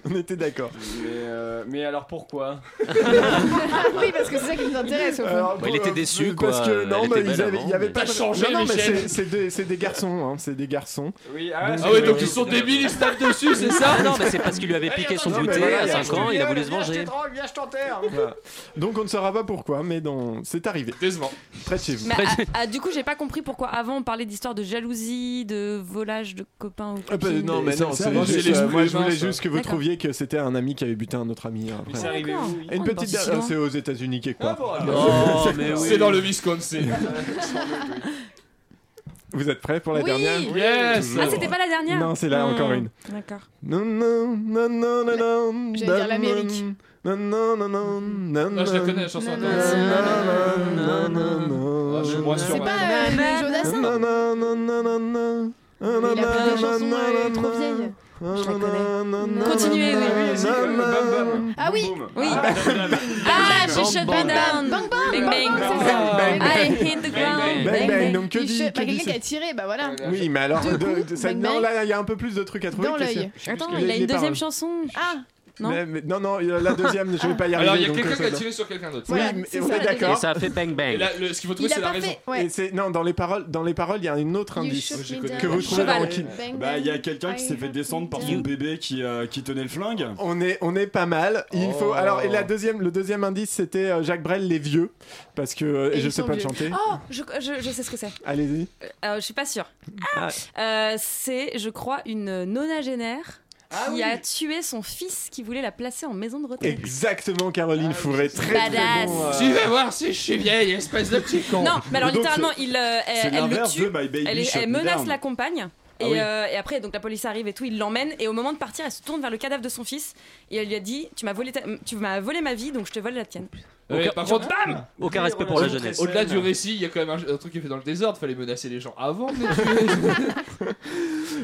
On était d'accord. Mais, euh, mais alors pourquoi oui, parce que c'est ça qui nous intéresse au fond. Alors, euh, Bah, il était déçu, Parce quoi. que non, Elle mais était ils belle avaient- avant, il y avait mais- pas T'as changé, Non, non, mais Michel. c'est- c'est des, c'est des garçons, hein, c'est des garçons. Oui, ah, Ah ouais, donc ils sont débiles, ils se tapent dessus, c'est ça Non, Ah, mais c'est parce qu'il lui avait piqué son attends, mais goûter voilà, à viens, je 5 ans, il a voulu se venger. Voilà. Donc on ne saura pas pourquoi, mais dans... c'est arrivé. Décevant. Près de chez vous. Mais à- à- du coup, j'ai pas compris pourquoi avant on parlait d'histoire de jalousie, de volage de copains ou Ah, bah, copines. non, mais C'est- non, c'est- c'est c'est juste, les euh, moi esprits je voulais humains, ça. juste que vous D'accord. trouviez que c'était un ami qui avait buté un autre ami. hein, Mais c'est Après. arrivé D'accord. où oui. Et Une On est petite euh, parti si loin. c'est aux États-Unis quelque Ah part. bon, alors. Oh, mais oui. C'est dans le Wisconsin. Vous êtes prêts pour la Oui. dernière Yes Ah, c'était pas la dernière Hmm, Non, c'est là, encore une. D'accord. Ah, Non, non, non, non, non, non. J'allais dire l'Amérique. Non, non, non, non, non, Ah, je la connais la non. chanson. Non, Non, non, Attends. non, non, non, non. Ah, je suis moins sûr. C'est ouais. pas euh, le Jodassin Non, non, non, non, non, non. Il a pris des chansons euh, Non, trop non, vieilles. non, Je la non, connais. non, Continuez, non, oui, oui, oui, non, oui, oui, non, bam, bam. non. Ah oui, Boum. Oui. Ah, dame, dame. Ah, j'ai Bang, bang, shut me down. bang bang Bang, bang. bang. Bang, bang. I hit the ground. Bang, bang, donc que Il dit shot- que bah, dit Quelqu'un qui ce- a tiré, bah voilà, Oui, mais alors, Deux de- coups, de- ça- bang, non, bang. là, il y a un peu plus de trucs à trouver. dans que c'est- l'œil. Attends, Les- il a les une deuxième paroles. chanson. Ah, Non Mais- mais- non, non, euh, la deuxième, je vais pas y arriver. Alors, il y a donc, quelqu'un euh, qui ça a doit- tiré sur quelqu'un d'autre. Oui, Voilà, mais- c'est ouais, ça, la Et d'accord. ça a fait bang Et bang. là, le- ce qu'il faut trouver, il a c'est la pas raison. fait. Ouais. Et c'est- non, dans les paroles, dans les paroles, il y a un autre You indice. shot J'ai me connu. down. Que vous trouvez Cheval. dans le kit. Bang, Bah, bang. il y a quelqu'un qui s'est fait descendre par son You- bébé qui, euh, qui tenait le flingue. On est, on est pas mal. Il faut. Oh. Alors, et la deuxième, le deuxième indice, c'était euh, Jacques Brel, les vieux, parce que euh, Et je ils sais sont pas le vieux. chanter. Oh, je, je, je sais ce que c'est. Allez-y. Euh, alors, je suis pas sûre. Ah. Euh, c'est, je crois, une nonagénaire Ah qui a tué son fils qui voulait la placer en maison de retraite. Exactement, Ah, Caroline Fourré. Très, très Badass. bon, euh, Tu vas voir si je suis vieille, espèce de petit con. Non, mais alors Donc, littéralement, il, euh, C'est elle, elle le l'inverse de tue. My Baby Elle, est- Shut elle Me menace Down. la compagne. Et, Ah oui. euh, et après, donc la police arrive et tout, il l'emmène. Et au moment de partir, elle se tourne vers le cadavre de son fils et elle lui a dit Tu m'as volé, ta- tu m'as volé ma vie, donc je te vole la tienne. Ouais, Aucun- Par contre, euh, Aucun respect pour la jeunesse. Au-delà du récit, il y a quand même un, un truc qui est fait dans le désordre. Fallait menacer les gens avant. mais-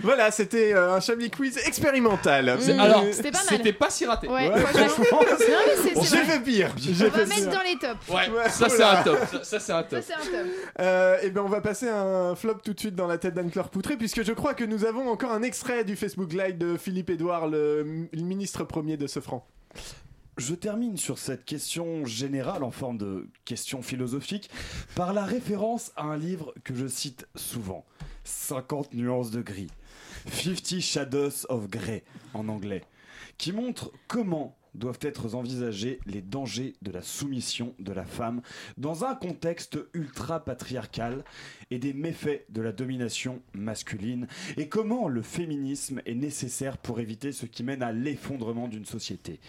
Voilà, c'était euh, un Chablis quiz expérimental. Euh, Mm. Alors, C'était pas mal. c'était pas si raté. Ouais, Ouais, franchement. franchement, Non, mais c'est- c'est J'ai vrai. fait pire. J'ai On fait va pire. mettre dans les tops. Ouais, Ouais, ça c'est oula. un top. Ça, ça, c'est un top. Ça, c'est un top. Euh, et bien on va passer à un flop tout de suite dans la tête d'Anne-Claire Poutré puisque je crois que nous avons encore un extrait du Facebook Live de Philippe Edouard, le, le ministre premier de ce franc. je termine sur cette question générale en forme de question philosophique par la référence à un livre que je cite souvent 50 nuances de gris, 50 Shadows of Grey en anglais, qui montre comment doivent être envisagés les dangers de la soumission de la femme dans un contexte ultra-patriarcal et des méfaits de la domination masculine et comment le féminisme est nécessaire pour éviter ce qui mène à l'effondrement d'une société.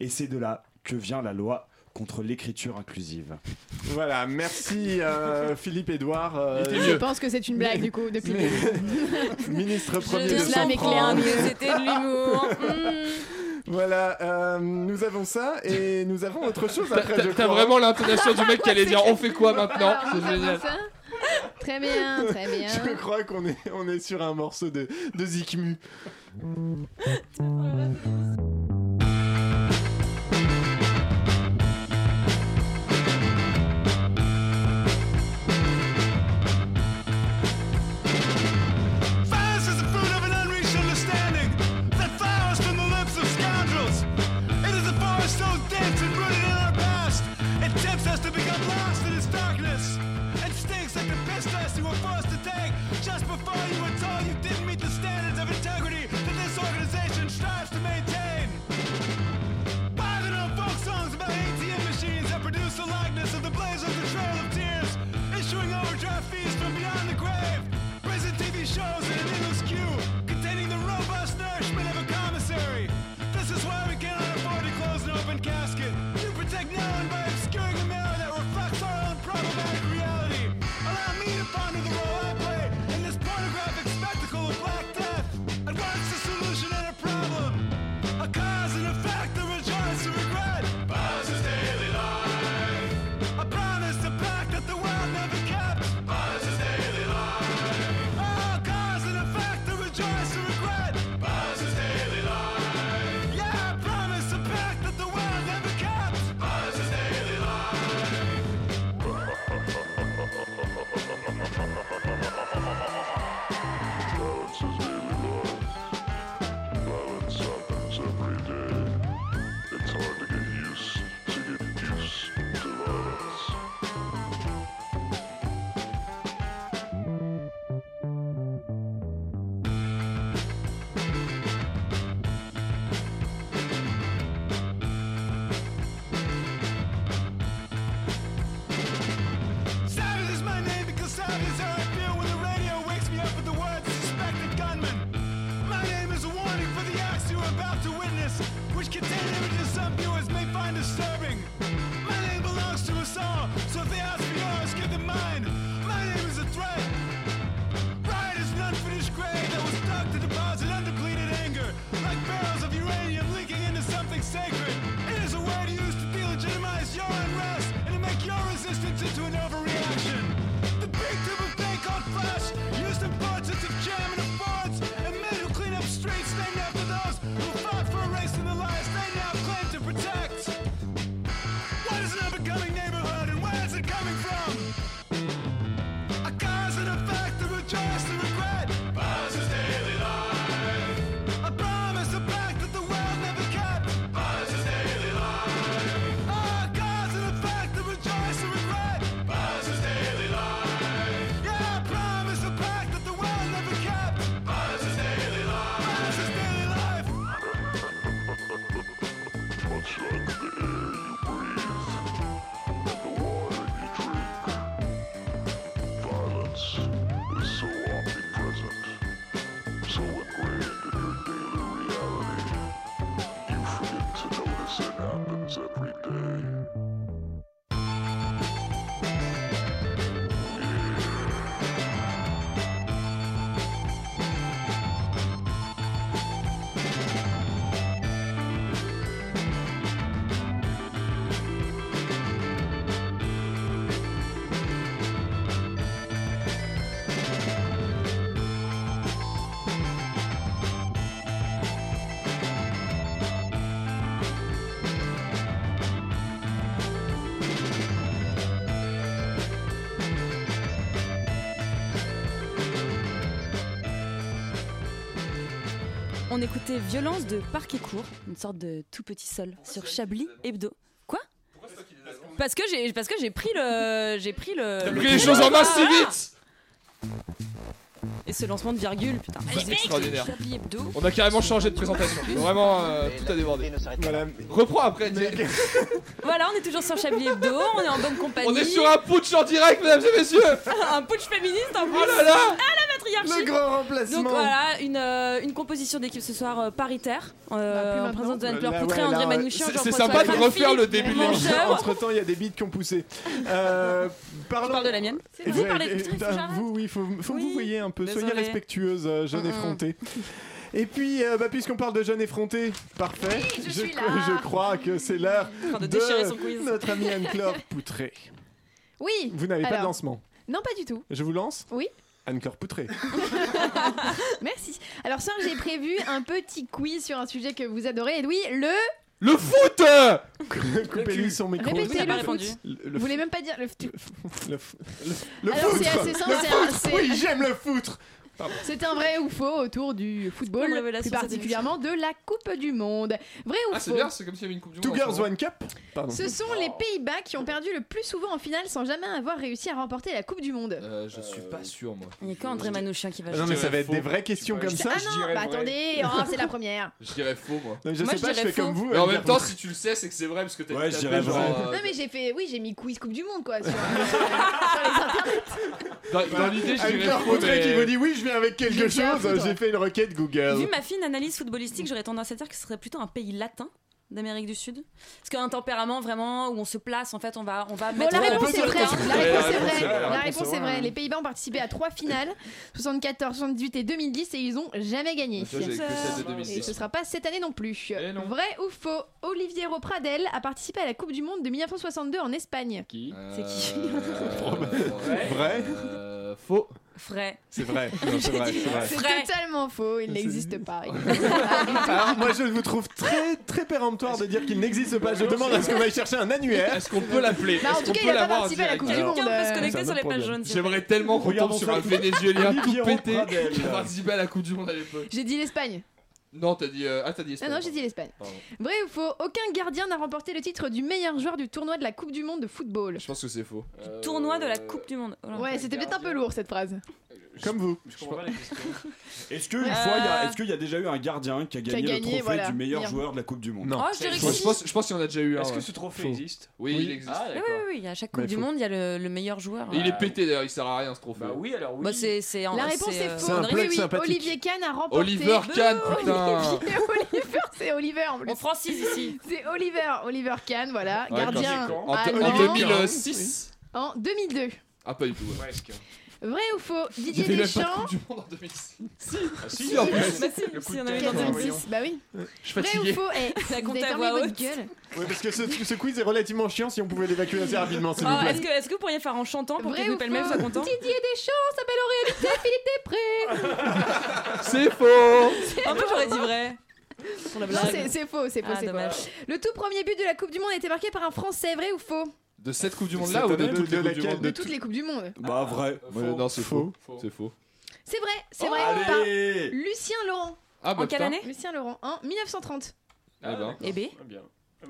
Et c'est de là que vient la loi contre l'écriture inclusive. Voilà, merci euh, Philippe Édouard. euh, Je pense que c'est une blague du coup depuis. le début. ministre premier de Je San Fran. c'était de l'humour. Hmm. Voilà, euh, nous avons ça et nous avons autre chose T'as- après. t'as- je T'as crois. vraiment l'intonation du mec qui allait dire on fait quoi maintenant Alors, Ah, on C'est va génial. faire ça Très bien, très bien. Je crois qu'on est, on est sur un morceau de, de Zikmu. Violence is the fruit of an unreached understanding that flowers from the lips of scoundrels. It is a forest so dense and rooted in our past. It tempts us to become lost in its darkness. It stinks like the piss test you were forced to take just before you were told you didn't meet the standards of integrity that this organization strives to maintain. Bothered on folk songs about ATM machines that produce the likeness of the blaze of the Trail of Tears, issuing overdraft fees from beyond the grave. Prison TV shows in an endless queue, containing the robust nourishment of a commissary. This is why we cannot afford to close an open casket. You protect no one by obscuring a mirror that reflects our own problematic reality. Allow me to ponder the role I play in this pornographic spectrum. On écoutait Violence de Parc et Court, une sorte de tout petit sol sur Chablis Hebdo. Quoi Parce que j'ai parce que j'ai pris le j'ai pris le. T'as le pris les choses en main si voilà. vite ah, Et ce lancement de virgule, putain. C'est extraordinaire. Chablis Hebdo. On a carrément changé de présentation. Vraiment, euh, tout a débordé. Reprends après. t'sais. Voilà, on est toujours sur Chablis Hebdo, on est en bonne compagnie. On est sur un putsch en direct, mesdames et messieurs. un putsch féministe en plus. Oh là là Ah la matriarchie Le grand remplacement. Donc voilà, une, euh, une composition d'équipe ce soir euh, paritaire. euh, en présence de Anne-Claire Là, ouais, Poutré, là, André ouais. Manouchian, C'est- C'est Jean-François sympa de Lagarde, refaire le Philippe début de l'émission. Mancheur. Entre temps, il y a des beats qui ont poussé. Euh, Je parle de la mienne. Vous Ouais, parlez de et- putain, putain, vous, oui, faut, faut vous voyez un peu. Soyez désolée. respectueuse, euh, jeune effrontée. Et puis, euh, bah, puisqu'on parle de jeune effronté, parfait. Oui, je je, suis cro- là. je crois que c'est l'heure train de déchirer son quiz. notre amie Anne-Claire Poutré. Oui. Vous n'avez pas de alors- lancement. Non, pas du tout. Je vous lance Oui. Anne-Claire Poutré. Merci. Alors, ça, j'ai prévu un petit quiz sur un sujet que vous adorez. Et oui, le. Le foot Coupez-lui son micro. Répétez le foot. Le, Vous voulez même pas dire le. le f- le- le Alors, foutre c'est assez simple, Le c'est foutre un- c'est- Oui, j'aime le foutre Pardon. C'est un vrai ou faux autour du football, Comme révélation, plus ça particulièrement de la Coupe du Monde. Vrai ou Ah, c'est faux bien, c'est comme s'il y avait une coupe du Two monde. en ce Girls moment. One Cup Pardon. Ce sont les Pays-Bas qui ont perdu le plus souvent en finale sans jamais avoir réussi à remporter la Coupe du Monde. Euh, je suis pas sûr, moi. Il n'y a qu'André Manouchian qui va Ah non, mais ça va être Faux. des vraies questions Je comme sais- ça. ah je non, dirais bah vrai. attendez, oh, c'est la première. Je dirais faux, moi. Non, je Moi, sais je pas, je dirais fais comme faux. vous. Mais en Anne-Claire même temps, Poutré. si tu le sais, c'est que c'est vrai parce que t'as Ouais, t'as je dirais fait genre, vrai. euh, Non mais j'ai fait, oui j'ai mis quiz Coupe du Monde quoi. Sur, sur les internets. Dans Ah, dans l'idée, je dirais Anne-Claire faux. Poutré Mais... qui vous dit oui, je viens avec quelque J'ai bien chose, foutre. j'ai fait une requête Google. Vu ma fine analyse footballistique, j'aurais tendance à dire que ce serait plutôt un pays latin d'Amérique du Sud. Parce qu'un tempérament vraiment où on se place, en fait, on va, on va Bon mettre. la réponse est vraie. hein. La Ouais, réponse est vraie. vraie, La réponse est vraie. Les Pays-Bas ont participé à trois finales, 74, 78 et 2010 et ils ont jamais gagné. Tu vois, j'avais que celle de Et ce 2006. sera pas cette année non plus. Eh non. Vrai ou faux Olivier Pradel a participé à la Coupe du Monde de 1962 en Espagne. Qui Ah, C'est qui Euh, Vrai euh, Faux. Vrai. C'est vrai, non, c'est vrai, c'est vrai. C'est Vrai. totalement faux, il n'existe pas. Alors, moi, je vous trouve très, très péremptoire de dire qu'il n'existe pas. Je demande à ce qu'on aille chercher un annuaire. Est-ce qu'on peut l'appeler Bah, en Est-ce tout qu'on cas, peut il a pas l'avoir en participé à la Coupe du direct Monde. Quelqu'un peut se connecter C'est un sur les pages autre problème. jaunes. s'il vous plaît. J'aimerais tellement qu'on tombe Regardons sur ça. un Vénézuélien tout Olivier pété Pradel. qui a participé à la Coupe du Monde à l'époque. J'ai dit l'Espagne. Non, t'as dit. euh, Ah, t'as dit. Ah Espagne, non, j'ai dit l'Espagne. pardon. Vrai ou faux Aucun gardien n'a remporté le titre du meilleur joueur du tournoi de la Coupe du Monde de football. Je pense que c'est faux. Du tournoi de la Coupe du Monde. Voilà. Ouais, c'était peut-être un peu lourd cette phrase. Comme vous. Je comprends pas la question. Est-ce qu'une Euh, fois, il y a- est-ce qu'il y a déjà eu un gardien qui a gagné, gagné, le trophée voilà. du meilleur Meilleur. joueur de la Coupe du Monde Non. Oh, je dirais que Moi, je si. pense, je pense qu'il y en a déjà eu un. Est-ce que ouais. ce trophée Faux. existe Oui, Oui. il existe. Ah, Oui, d'accord. oui, oui, à chaque Coupe Mais du faut- Monde, il y a le, le meilleur joueur. Et Il Bah, est pété d'ailleurs, il sert à rien ce trophée. Bah oui, alors oui. c'est c'est en- La réponse est euh, C'est faux. un Oui, plaque oui, sympathique. Olivier Kahn a remporté. Oliver Kahn, putain Olivier, Oliver, c'est Oliver en plus. On francise ici. C'est Oliver, Oliver Kahn, voilà, Ouais, gardien quand En, te- en allemand 2006 en 2002. Ah, pas du tout. ouais. Presque. Vrai ou faux J'ai Didier fait la pas de Deschamps Coupe du Monde en 2006. Ah, Si, en plus. Bah si, Le coup si, de on avait tête, Ah dans hein, une- voyons. 2006, bah oui. Je suis Vrai ou fatigué. faux Eh, Ça vous compte avez à fermé voix votre haute. gueule. Oui, parce que ce, ce quiz est relativement chiant si on pouvait l'évacuer assez rapidement, s'il vous Ah, plaît. Est-ce que, est que vous pourriez faire en chantant pour Vrai que ou Louis Pellemel faux soit content Didier Deschamps s'appelle en réalité Philippe Ah, Després. C'est faux Un peu, j'aurais dit vrai. Pour la Non, blague. c'est- c'est faux, c'est Euh, faux, Ah, c'est faux. dommage. Le tout premier but de la Coupe du Monde a été marqué par un Français, vrai ou faux De cette Coupe du Monde Cette là ou de année, toutes de les Coupes du laquelle Monde De de toutes les Coupes du Monde. Bah, vrai. Ouais, Non, c'est faux. Euh, Faux. C'est faux. C'est vrai, c'est vrai. par Allez Lucien Laurent. Ah, bah En quelle putain. année Lucien Laurent, hein, en 1930. Ah, bah. Eh B Très bien.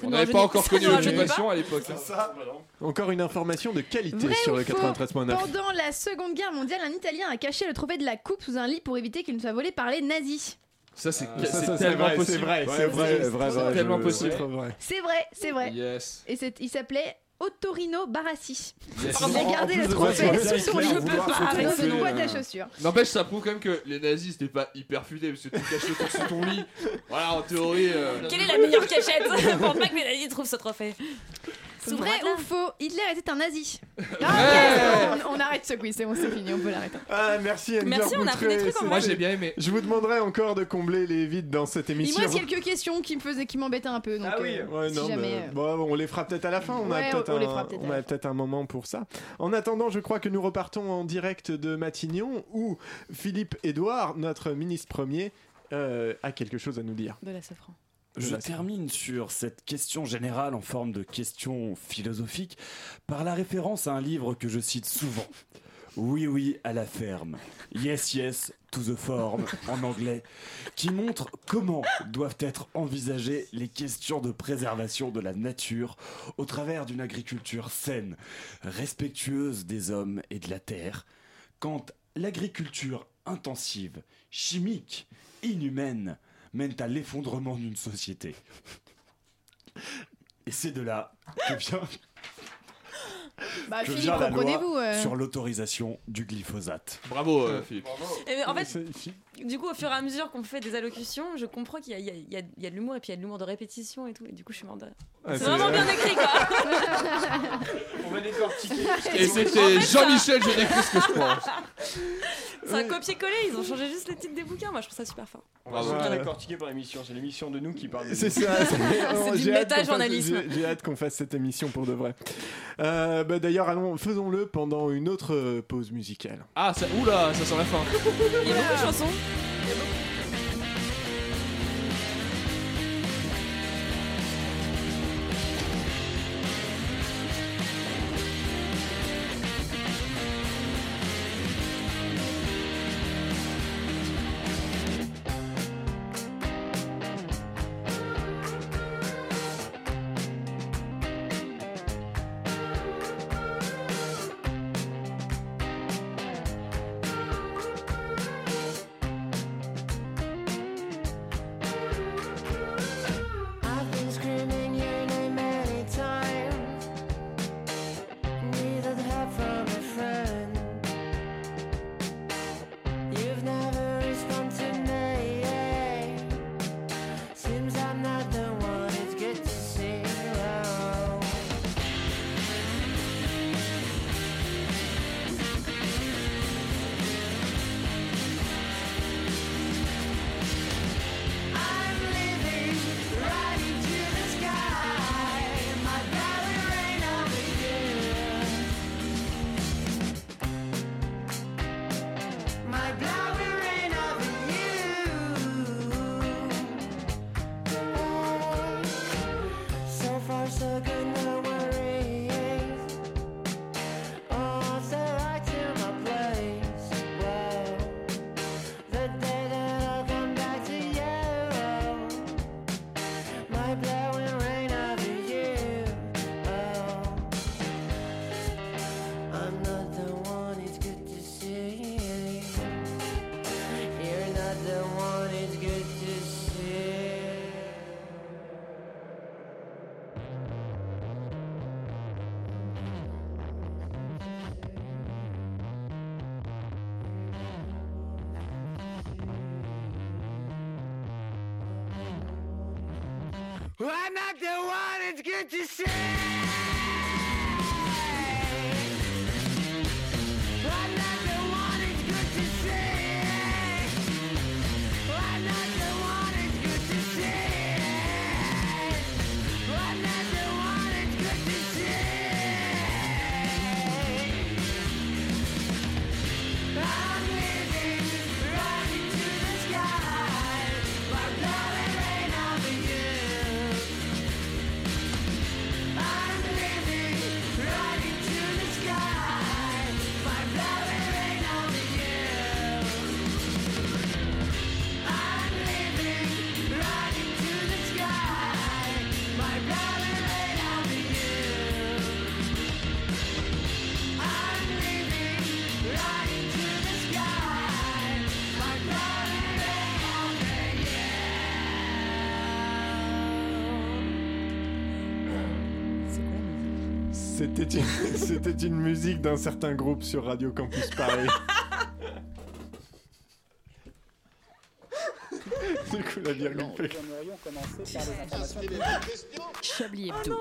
On n'avait pas encore connu nous l'occupation à l'époque. hein. Ça, bah non. Encore une information de qualité Vrai sur ou le faux 93.9. Pendant la Seconde Guerre mondiale, un Italien a caché le trophée de la Coupe sous un lit pour éviter qu'il ne soit volé par les nazis. Ça, c'est Ça, ça, c'est c'est tellement vrai, c'est possible. vrai, c'est vrai, c'est vrai, c'est vrai, tellement je- possible. C'est vrai. C'est vrai, c'est vrai. Yes. Et c'est- il s'appelait Ottorino Barassi. yes. Pardon. En- en gardé plus le de- trophée ouais, sous c'est son clair, lit. on voit- pas faut arrêter trouver, Arrête de boîte euh, à chaussures. N'empêche, ça prouve quand même que les nazis c'était pas hyper futé parce que tu caches le truc sous ton lit. Voilà, en théorie. euh, Quelle est la meilleure cachette pour pas que mes nazis trouvent ce trophée C'est vrai ou faux Hitler était un nazi. Ah, Ouais. ok, on, on arrête ce quiz, c'est bon, c'est fini, on peut l'arrêter. Ah, merci Anne-Claire Merci, on a appris des Boutré, trucs en c'est- vrai. Moi j'ai bien aimé. Je vous demanderai encore de combler les vides dans cette Il émission. me reste quelques questions qui me faisaient, qui m'embêtaient un peu. Donc, Ah oui. euh, Ouais, si non, jamais, mais euh, bon, on les fera peut-être à la fin. On Ouais, a peut-être on les un, fera peut-être à on la a fin. peut-être un moment pour ça. En attendant, je crois que nous repartons en direct de Matignon où Philippe Édouard, notre ministre premier, euh, a quelque chose à nous dire. De la safran. Je Voilà, c'est termine sur cette question générale en forme de question philosophique par la référence à un livre que je cite souvent. Oui, oui, à la ferme. Yes, yes, to the form en anglais, qui montre comment doivent être envisagées les questions de préservation de la nature au travers d'une agriculture saine, respectueuse des hommes et de la terre, quand l'agriculture intensive, chimique, inhumaine, mène à l'effondrement d'une société. Et c'est de là que vient Bah, que Philippe, vient la loi reprenez-vous. euh. sur l'autorisation du glyphosate. Bravo euh, Philippe. Et Eh, en fait, du coup, au fur et à mesure qu'on fait des allocutions, je comprends qu'il y a, il y a- il y a- il y a de l'humour et puis il y a de l'humour de répétition et tout. Et du coup, je suis morte de rire. Ah, c'est c'est- vraiment bien écrit, quoi. On va décortiquer. Et c'était Jean-Michel Jeunecris que je pense. C'est un copier-coller, ils ont changé juste les titres des bouquins. Moi, je trouve ça super fort. On va Bravo. bien décortiquer par l'émission. C'est l'émission de nous qui parle. de C'est nous. ça. C'est du J'ai hâte qu'on fasse- méta-journalisme. j'ai- J'ai hâte qu'on fasse cette émission pour de vrai. Euh, bah, D'ailleurs, allons, faisons-le pendant une autre euh, pause musicale. Ah, ça, oula, ça sent la fin. Il y a beaucoup de chansons. I've been screaming your name many times. Needed help from a friend. You've never responded to me. Seems I'm not the one. It's good to see Oh. you. I'm living right into the sky. My ballerina with you. My ballerina with you. So far so good, no worries. Oh, so right to my place. Well, the day that I'll come back to you, my blood will rain over you. Oh, I'm not the one. It's good to see. You're not the one. It's good to see. I'm not the one. It's good to see. I'm not the one. It's good to see. I'm not the one. It's good to see. I'm not the one. It's good to see. I'm living right into the sky. My blood and rain over you. I'm living right into the sky. My blood and rain over you. I'm living right into the sky. My blood and rain over you. I'm living right into the sky. My blood and rain over you. C'était une, c'était une musique d'un certain groupe sur Radio Campus Paris. du coup, la virgule fait que- Chablis Hebdo.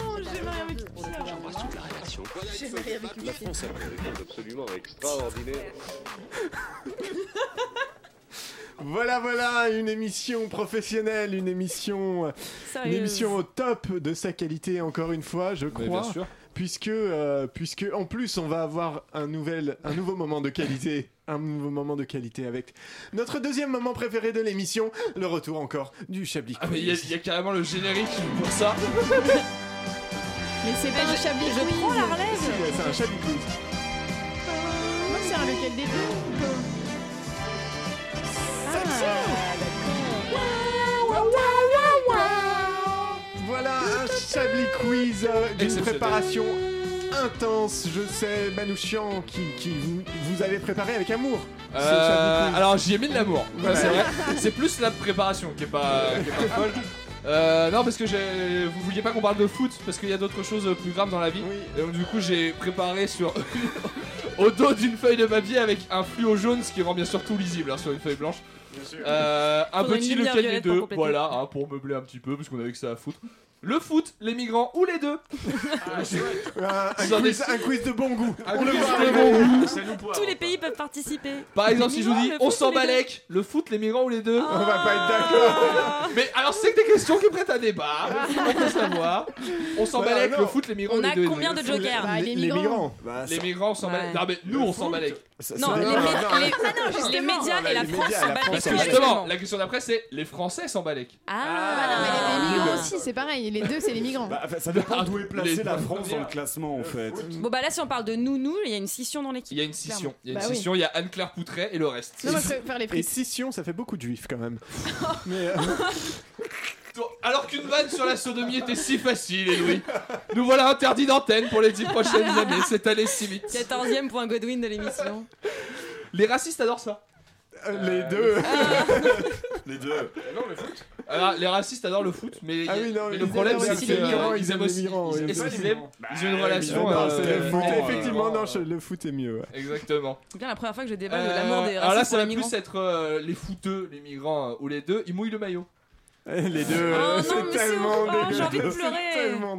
La France a fait des choses absolument extraordinaires. Voilà, voilà, une émission professionnelle, une émission, une Sérieuse. émission au top de sa qualité, encore une fois, je crois. bien sûr. Puisque, euh, puisque, en plus, on va avoir un, nouvel, un nouveau moment de qualité. Un nouveau moment de qualité avec notre deuxième moment préféré de l'émission, le retour encore du Chablis Ah, mais il y, a- Quiz. il y a carrément le générique pour ça. Mais c'est pas un Chablis Je Quiz. prends la Si, relève. C'est un Chablis Quiz. Non, c'est un le début Voilà un Chablis quiz euh, d'une Exceptionnel. préparation intense. Je sais, Manouchian, qui, qui vous, vous avez préparé avec amour. ce Chablis Euh, quiz. alors j'y ai mis de l'amour, Ça, Ouais. c'est vrai. C'est plus la préparation qui est pas, qui est pas folle. Euh, non parce que j'ai- vous vouliez pas qu'on parle de foot parce qu'il y a d'autres choses plus graves dans la vie. Et donc du coup j'ai préparé sur au dos d'une feuille de papier avec un fluo jaune, ce qui rend bien sûr tout lisible hein, sur une feuille blanche. Euh, un Faudrait petit une lumière lequel des violette pour deux, compléter. voilà, hein, pour meubler un petit peu parce qu'on avait que ça à foutre. Le foot, les migrants ou les deux. Un- un J'en ai- quiz- un quiz de bon goût. Un On le quiz voit de arriver. bon goût. Tous les pays peuvent participer. Par exemple, Les si je vous migrants, dis le on foot, s'en les deux. Ah. balèque, le foot, les migrants ou les deux On va pas être d'accord. Mais alors, c'est que des questions qui prêtent à débat. On peut savoir. On s'en Bah, balèque, non. le foot, les migrants ou les deux les- Les, les migrants. Les migrants, on s'en balèque. Non, mais nous, on s'en balèque. Non, les, Ah, bah mé- hein, les- les médias et la les France Ah, médias, s'en la battent France les Parce que couilles. justement, la question d'après, c'est les Français s'en balèquent. bah mais Ah. les migrants aussi, c'est pareil. Les deux, c'est les migrants. Bah, enfin, ça dépend d'où est placée Ah, Les- la France dans le classement en fait. Bon bah là si on parle de nous nous, il y a une scission dans l'équipe. Il y a une scission. Il y a Bah une oui. scission, il y a Anne-Claire Poutret et le reste. Non, moi, je préfère les frites. Et scission, ça fait beaucoup de juifs quand même. Mais, euh, Alors qu'une vanne sur la sodomie était si facile, et Louis. Nous voilà interdits d'antenne pour les 10 prochaines années. C'est allé si vite. 14ème point Godwin de l'émission. Les racistes adorent ça. Euh, les deux. les deux. Non, le foot. Alors, Ah, les racistes adorent le foot, mais, Ah oui, non, mais ils le problème aiment c'est aussi qu'ils les migrants, ils aiment aiment aussi. les migrants, ils- ils Est-ce aiment qu'ils les aiment Bah, Ils ont une relation. non, c'est euh, le foot. euh, Effectivement, non, je- le foot est mieux. ouais. Exactement. C'est bien la première fois que je débat de Euh, Eh ben, l'amour des alors là, racistes pour ça les va migrants. plus être euh, les fouteux, les migrants euh, ou les deux. Ils mouillent le maillot. Les deux, euh, Oh non, c'est mais c'est tellement horrible, j'ai envie de dégueulasse, c'est pleurer. tellement-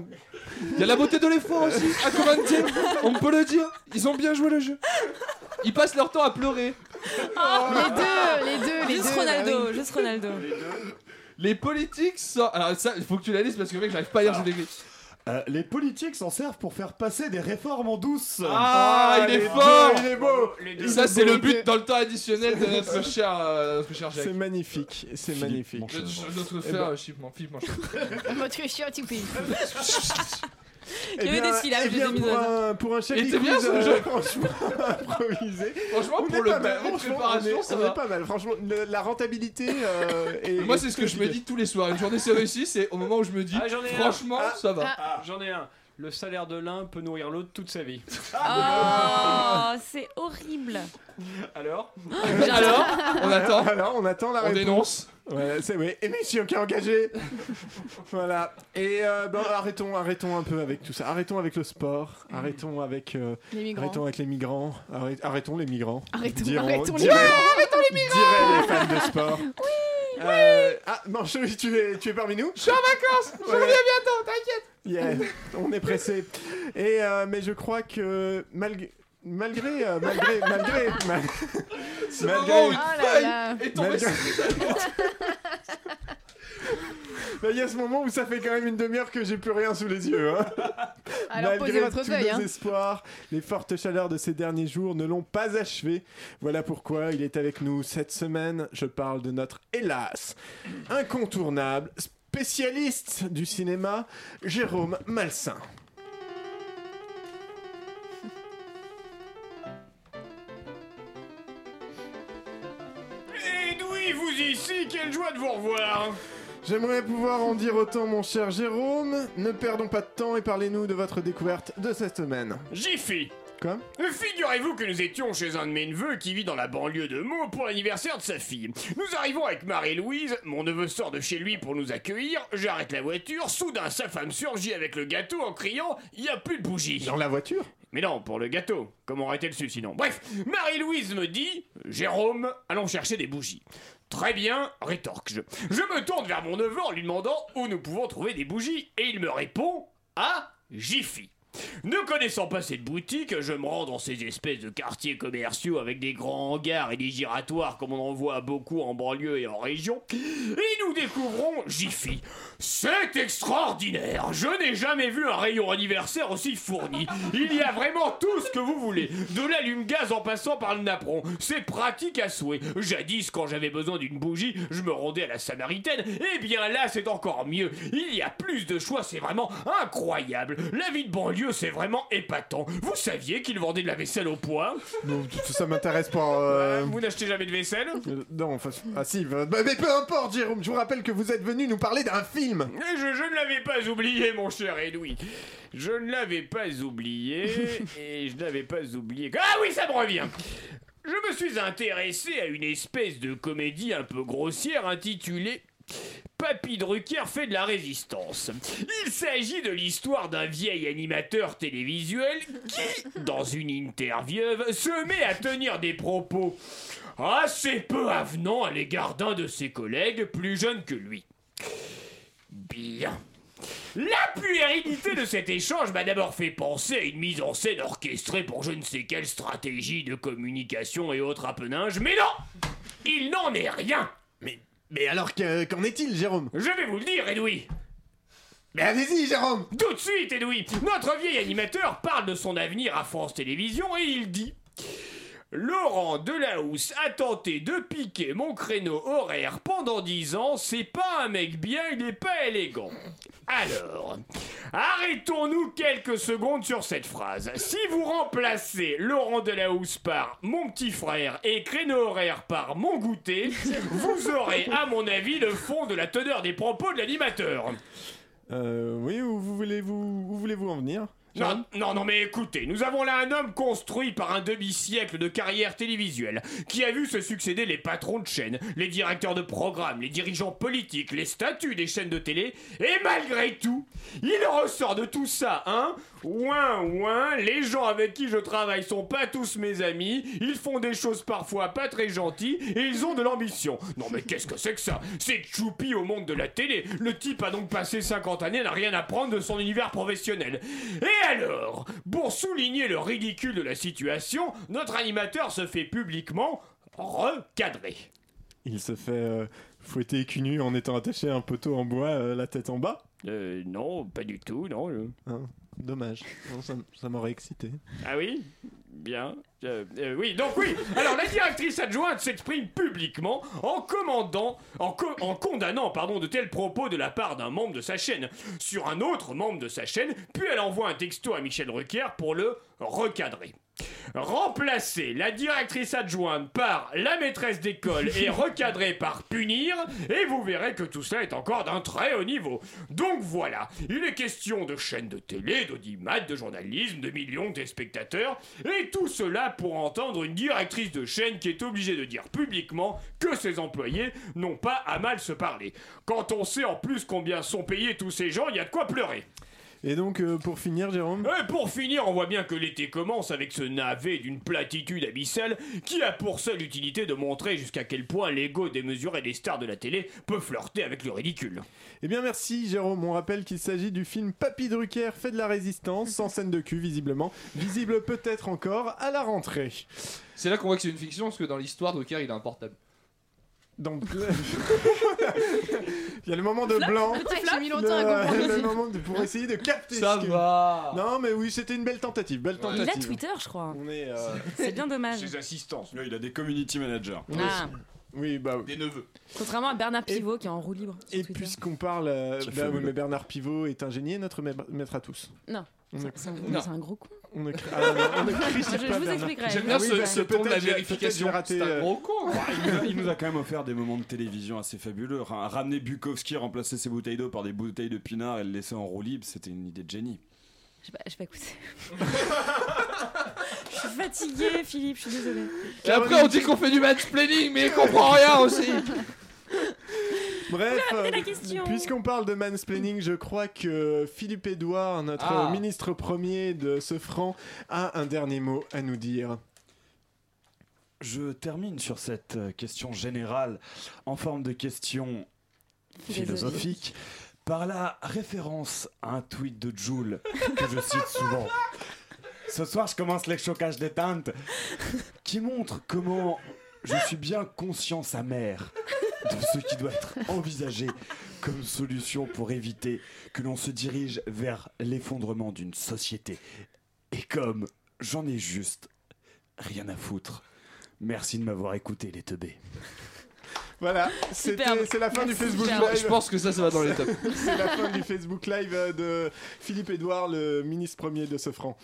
Il y a la beauté de l'effort aussi, à Corinthians. On peut le dire. Ils ont bien joué le jeu. Ils passent leur temps à pleurer. les deux, les deux, les Juste deux. Ronaldo, bah oui. juste Ronaldo. Les politiques sont. Alors ça, il faut que tu la lises parce que mec, j'arrive pas à lire, j'ai des Ah. Euh, les politiques s'en servent pour faire passer des réformes en douce. Ah, il les est fort deux, Il est Oh, beau. Ça, c'est le but dans le temps additionnel de notre cher, euh, notre cher Jacques. C'est magnifique, c'est magnifique. Notre, notre Eh ben- frère, Chip Man- Philippe Manchon. Votre chien, tu peux. Eh bien, eh bien, pour, un, pour un chef Il était bien, ce jeu. franchement improvisé. Franchement, on pour est le pas coup, mal, en franchement, préparation, on est, ça on va. est pas mal. Franchement, le- la rentabilité euh, est- Moi, c'est ce que je me dis tous les soirs. Une journée c'est réussi, c'est au moment où je me dis, Ah, j'en ai un. franchement, Ah, ça va. Ah, J'en ai un. Le salaire de l'un peut nourrir l'autre toute sa vie. Oh, c'est horrible. Alors Ah, Alors, on attend. Alors, on attend Ah, la On réponse. dénonce. Ouais, c'est oui. Et monsieur qui est engagé. voilà. Et euh, bon, arrêtons, arrêtons un peu avec tout ça. Arrêtons avec le sport. Arrêtons avec. euh, Les migrants. Arrêtons avec les migrants. Arrêt- Arrêtons les migrants. Arrêtons- Diront- arrêtons les diront- migrants. diraient les fans de sport. Euh, ah, Manchot, tu es, tu es parmi nous Je suis en vacances. Je Ouais. reviens bientôt. T'inquiète. Yeah, on est pressé. Et euh, mais je crois que malgré malgré euh, malgré malgré mal- C'est le malgré moment où une Oh là feuille là. est tombée Malgré- sur les talons. Bah, il y a ce moment où ça fait quand même une demi-heure que j'ai plus rien sous les yeux. hein. Alors, posez Malgré votre tout feuille, hein. désespoir, les fortes chaleurs de ces derniers jours ne l'ont pas achevé. Voilà pourquoi il est avec nous cette semaine. Je parle de notre, hélas, incontournable spécialiste du cinéma, Jérôme Malsain. Et vous ici Quelle joie de vous revoir J'aimerais pouvoir en dire autant, mon cher Jérôme. Ne perdons pas de temps et parlez-nous de votre découverte de cette semaine. Jiffy Quoi Figurez-vous que nous étions chez un de mes neveux qui vit dans la banlieue de Meaux pour l'anniversaire de sa fille. Nous arrivons avec Marie-Louise, mon neveu sort de chez lui pour nous accueillir, j'arrête la voiture, soudain sa femme surgit avec le gâteau en criant « Il n'y a plus de bougie !» Dans la voiture Mais non, pour le gâteau. Comment arrêter le sucre sinon Bref, Marie-Louise me dit Jérôme, allons chercher des bougies. Très bien, rétorque je. Je me tourne vers mon neveu en lui demandant où nous pouvons trouver des bougies et il me répond à Jiffy. Ne connaissant pas cette boutique, je me rends dans ces espèces de quartiers commerciaux avec des grands hangars et des giratoires comme on en voit beaucoup en banlieue et en région, et nous découvrons Jiffy. C'est extraordinaire Je n'ai jamais vu un rayon anniversaire aussi fourni. Il y a vraiment tout ce que vous voulez, de l'allume-gaz en passant par le napperon. C'est pratique à souhait. Jadis, quand j'avais besoin d'une bougie, je me rendais à la Samaritaine. Eh bien là, c'est encore mieux. Il y a plus de choix, c'est vraiment incroyable. La vie de banlieue Dieu, c'est vraiment épatant. Vous saviez qu'il vendait de la vaisselle au poids Non, tout ça m'intéresse pas. euh, Vous n'achetez jamais de vaisselle euh, Non, enfin. Ah si, bah, bah, mais peu importe, Jérôme, je vous rappelle que vous êtes venu nous parler d'un film. Mais je, je ne l'avais pas oublié, mon cher Edoui. Je ne l'avais pas oublié et je n'avais pas oublié. que- Ah oui, ça me revient. Je me suis intéressé à une espèce de comédie un peu grossière intitulée Papy Drucker fait de la résistance. Il s'agit de l'histoire d'un vieil animateur télévisuel qui, dans une interview, se met à tenir des propos assez peu avenants à l'égard d'un de ses collègues plus jeune que lui. Bien. La puérilité de cet échange m'a d'abord fait penser à une mise en scène orchestrée pour je ne sais quelle stratégie de communication et autres appeninges, mais non Il n'en est rien Mais, mais alors que- qu'en est-il, Jérôme Je vais vous le dire, Edoui Mais allez-y, Jérôme Tout de suite, Edoui Notre vieil animateur parle de son avenir à France Télévisions et il dit Laurent Delahousse a tenté de piquer mon créneau horaire pendant 10 ans, c'est pas un mec bien, il est pas élégant. Alors, arrêtons-nous quelques secondes sur cette phrase. Si vous remplacez Laurent Delahousse par mon petit frère et créneau horaire par mon goûter, vous aurez à mon avis le fond de la teneur des propos de l'animateur. Euh, oui, où vous voulez-vous où voulez-vous en venir Non, non, non, mais écoutez, nous avons là un homme construit par un demi-siècle de carrière télévisuelle, qui a vu se succéder les patrons de chaînes, les directeurs de programmes, les dirigeants politiques, les statuts des chaînes de télé, et malgré tout, il ressort de tout ça, hein Ouin, ouin, les gens avec qui je travaille sont pas tous mes amis, ils font des choses parfois pas très gentilles, et ils ont de l'ambition. Non, mais qu'est-ce que c'est que ça C'est Choupi au monde de la télé. Le type a donc passé 50 années à n'a rien à prendre de son univers professionnel. Et alors, pour souligner le ridicule de la situation, notre animateur se fait publiquement recadrer. Il se fait euh, fouetter cul nu en étant attaché à un poteau en bois, euh, la tête en bas. Euh, non, pas du tout, non. Hein, dommage. Non, ça m- ça m'aurait excité. Ah oui Bien. Euh, euh, oui, donc oui. Alors la directrice adjointe s'exprime publiquement en commandant, en, co- en condamnant, pardon, de tels propos de la part d'un membre de sa chaîne sur un autre membre de sa chaîne. Puis elle envoie un texto à Michel Rucker pour le recadrer. Remplacer la directrice adjointe par la maîtresse d'école et recadrer par punir, et vous verrez que tout cela est encore d'un très haut niveau. Donc voilà, il est question de chaînes de télé, d'audimat, de journalisme, de millions de spectateurs, et tout cela pour entendre une directrice de chaîne qui est obligée de dire publiquement que ses employés n'ont pas à mal se parler. Quand on sait en plus combien sont payés tous ces gens, il y a de quoi pleurer. Et donc, euh, pour finir, Jérôme Et Eh, pour finir, on voit bien que l'été commence avec ce navet d'une platitude abyssale qui a pour seule utilité de montrer jusqu'à quel point l'ego démesuré des stars de la télé peut flirter avec le ridicule. Eh bien, merci, Jérôme. On rappelle qu'il s'agit du film Papy Drucker fait de la résistance, sans scène de cul, visiblement. Visible peut-être encore à la rentrée. C'est là qu'on voit que c'est une fiction, parce que dans l'histoire, Drucker, il a un portable. Donc, il y a le moment de blanc. Petit flop. J'ai mis longtemps à comprendre. Le, le moment de- pour essayer de capter. Ça ce que- va. Non, mais oui, c'était une belle tentative, belle Il tentative. a Twitter, je crois. On est. euh, C'est bien dommage. assistances. Là, il a des community managers. on est- Ah. Oui, bah. oui. Des neveux. Contrairement à Bernard Pivot qui est en roue libre. sur Et Twitter. puisqu'on parle, euh, Ça bah fait oui, le- mais Bernard Pivot est un génie, et notre ma- maître à tous. Non. On ne- C'est c'est un, Non. c'est un gros con. on ne cri- ah, non, on ne critique Je- je pas vous Bernard. expliquerai. J'aime bien oui, ce, bah, ce ton de la peut-être j'ai- peut-être j'ai vérification. raté, C'est un euh, gros con. Ah, il, nous a, il nous a quand même offert des moments de télévision assez fabuleux. Ra- Ramener Bukowski, remplacer ses bouteilles d'eau par des bouteilles de pinard et le laisser en roue libre, c'était une idée de génie. Je sais pas, je sais pas écouter. je suis fatiguée, Philippe, je suis désolée. Et après, on dit qu'on fait du mansplaining, mais il comprend rien aussi. Bref, C'est la euh, question. puisqu'on parle de mansplaining, je crois que Philippe Edouard, notre Ah. euh, ministre premier de ce franc, a un dernier mot à nous dire. Je termine sur cette euh, question générale en forme de question philosophique par la référence à un tweet de Joule que je cite souvent. Ce soir, je commence les chocages des teintes qui montre comment je suis bien conscient sa mère de ce qui doit être envisagé comme solution pour éviter que l'on se dirige vers l'effondrement d'une société. Et comme j'en ai juste rien à foutre, merci de m'avoir écouté les teubés. Voilà, c'était- c'est la fin du Facebook Superbe. Live. Je pense que ça, ça va dans les tops. C'est la fin du Facebook Live euh, de Philippe Edouard, le ministre premier de ce franc.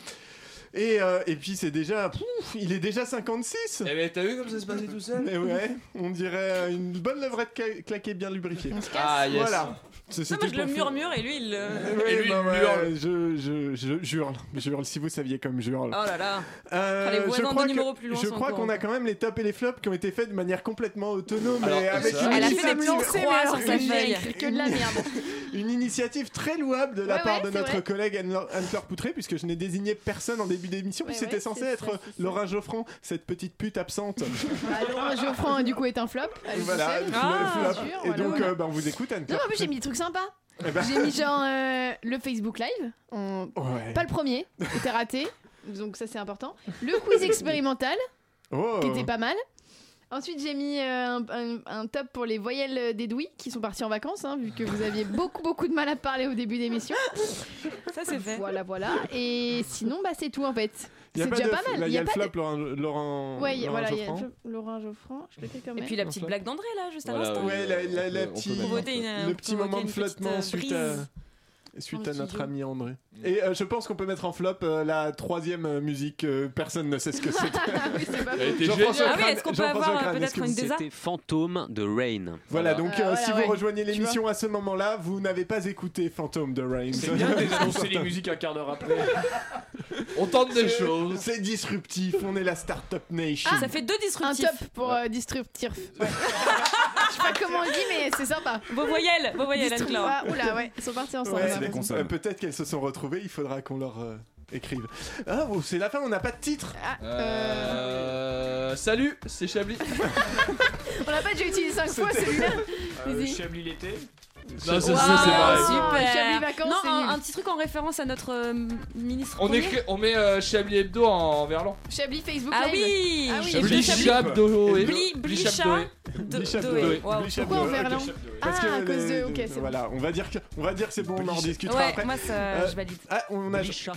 Et, euh, et puis c'est déjà. pouf, il est déjà 56 Eh ben, t'as vu comme ça se passait tout seul Mais ouais, on dirait euh, une bonne levrette cla- claquée bien lubrifiée. Ah, yes. Voilà. Ce- Non, c'était moi je le pour- murmure et lui il le. Ouais, bah ouais, Je, je, je, je hurle, je hurle. Si vous saviez comme je hurle. Oh là là. Euh, Enfin, les voisins je de crois numéro que- plus loin je sont crois encore qu'on a en- quand même les tops et les flops qui ont été faits de manière complètement autonome Alors, et comme avec ça. une Elle a fait des initiative- petites croix Mais alors sur sa que j'ai feuille. écrit que de la merde. Une initiative très louable de la Ouais, part ouais, de c'est notre vrai. collègue Anne- Anne-Claire Poutré, puisque je n'ai désigné personne en début d'émission, Ouais, puis c'était ouais, censé c'est être ça, Laura Geoffran, cette petite pute absente. Alors, Geoffroy, hein, du coup, est un flop. Elle le voilà, sait. flop, flop. bien sûr, Et voilà. donc, euh, bah, on vous écoute, Non, Anne-Claire. en plus, j'ai mis des trucs sympas. Eh ben. J'ai mis genre euh, le Facebook Live. On- Ouais. Pas le premier, qui était raté. Donc, ça, c'est important. Le quiz expérimental, Oh. qui était pas mal. Ensuite, j'ai mis euh, un, un- un top pour les voyelles euh, des douilles qui sont partis en vacances, hein, vu que vous aviez beaucoup, beaucoup de mal à parler au début d'émission. Ça, c'est fait. Voilà, voilà. Et sinon, bah, c'est tout en fait. Il y a C'est déjà de- pas mal. là, Il Il y a le pas de- flop, Laurent- Laurent. Ouais, Laurent voilà, il y a Geoffran. Jo- Laurent Geoffran, je le fais quand Et même. puis la petite blague d'André là, juste à Voilà, l'instant. ouais, la- la- la on peut petite- mettre Provoquer une- le petit provoquer moment de une petite, flottement euh, suite à, brise. suite Dans Oh, à le notre studio. ami André. Et euh, je pense qu'on peut mettre en flop euh, la troisième euh, musique. euh, personne ne sait ce que c'est. Ah, Elle était Jean-François géniale. Ah oui, est-ce qu'on peut Jean-François avoir euh, Crane, peut-être est-ce que une vous- désart C'était Fantôme de Rain. Voilà, donc euh, voilà, si Ah, ouais. vous rejoignez Tu l'émission à ce moment-là, vous n'avez pas écouté Fantôme de Rain. C'est bien de les annoncer les musiques un quart d'heure après. On tente des C'est- choses. C'est disruptif, on est la Startup Nation. Ah, Ça fait deux Un disruptifs. top pour euh, disruptif. je sais pas comment on dit, mais c'est sympa. Vos voyelles, vos voyelles, Distru- Anne-Claire. Ah, oula, ouais, ils sont partis ensemble. Ouais, là. des consonnes. euh, Peut-être qu'elles se sont retrouvées, il faudra qu'on leur euh, écrive. Ah, oh, c'est la fin, on n'a pas de titre. Ah, Euh, Salut, c'est Chablis. On l'a pas déjà utilisé 5 fois celui-là. Vas-y. Euh, Chablis l'été. Non, ça, ça, Waouh, c'est pareil. super. Chablis vacances, non, c'est un, nul. un petit truc en référence à notre euh, ministre. On, premier. écrit- on met euh, Chablis Hebdo en verlan. Chablis Facebook Ah Live. oui. Ah oui, Et Bli- deux Chablis. Chab Doé. Bli- Bli- Bli- Chab Chat. Doé. Do- Bishop Doé. Doé. Waouh. Bishop Pourquoi Doé, en verlan ok. Ah, à cause de- les- ok, c'est bon. voilà, on va dire que, on va dire que c'est bon, on en rediscutera Ouais, après. moi ça, Euh, je valide. Ah, on a. Blichat.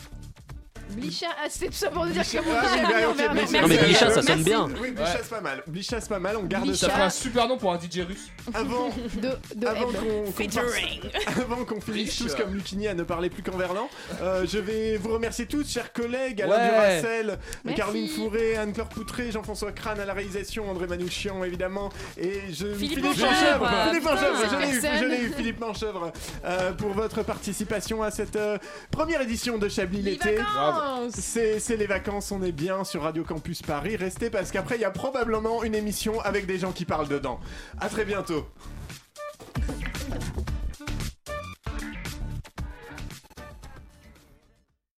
Blichat, ah, c'est tout ça pour nous dire Blichat- comment on Ah, dit oui, Chablis bah, en ok, verlan. merci. Non, mais Merci. Blichat, ça sonne bien. Oui, Blichat, Ouais. c'est pas mal. Blichat, c'est pas mal. On garde Ça ça. fait un super nom pour un DJ russe. Avant, De, de avant Eb. qu'on qu'on fasse- avant qu'on finisse tous Blichat. comme Lucini à ne parler plus qu'en verlan, euh, je vais vous remercier tous, chers collègues, Alain Ouais. Duracel, Merci. Caroline Fourré, Anne-Claire Poutré, Jean-François Crane à la réalisation, André Manouchian évidemment, et je... Philippe Manchevre, Manchevre, euh, Philippe putain, Manchevre, cette je l'ai eu, je personne. l'ai eu, Philippe Manchevre, euh, pour votre participation à cette euh, première édition de Chablis Les l'été. vacances C'est c'est les vacances, on est bien sur Radio Campus Paris. Restez parce qu'après, il y a probablement une émission avec des gens qui parlent dedans. À très bientôt.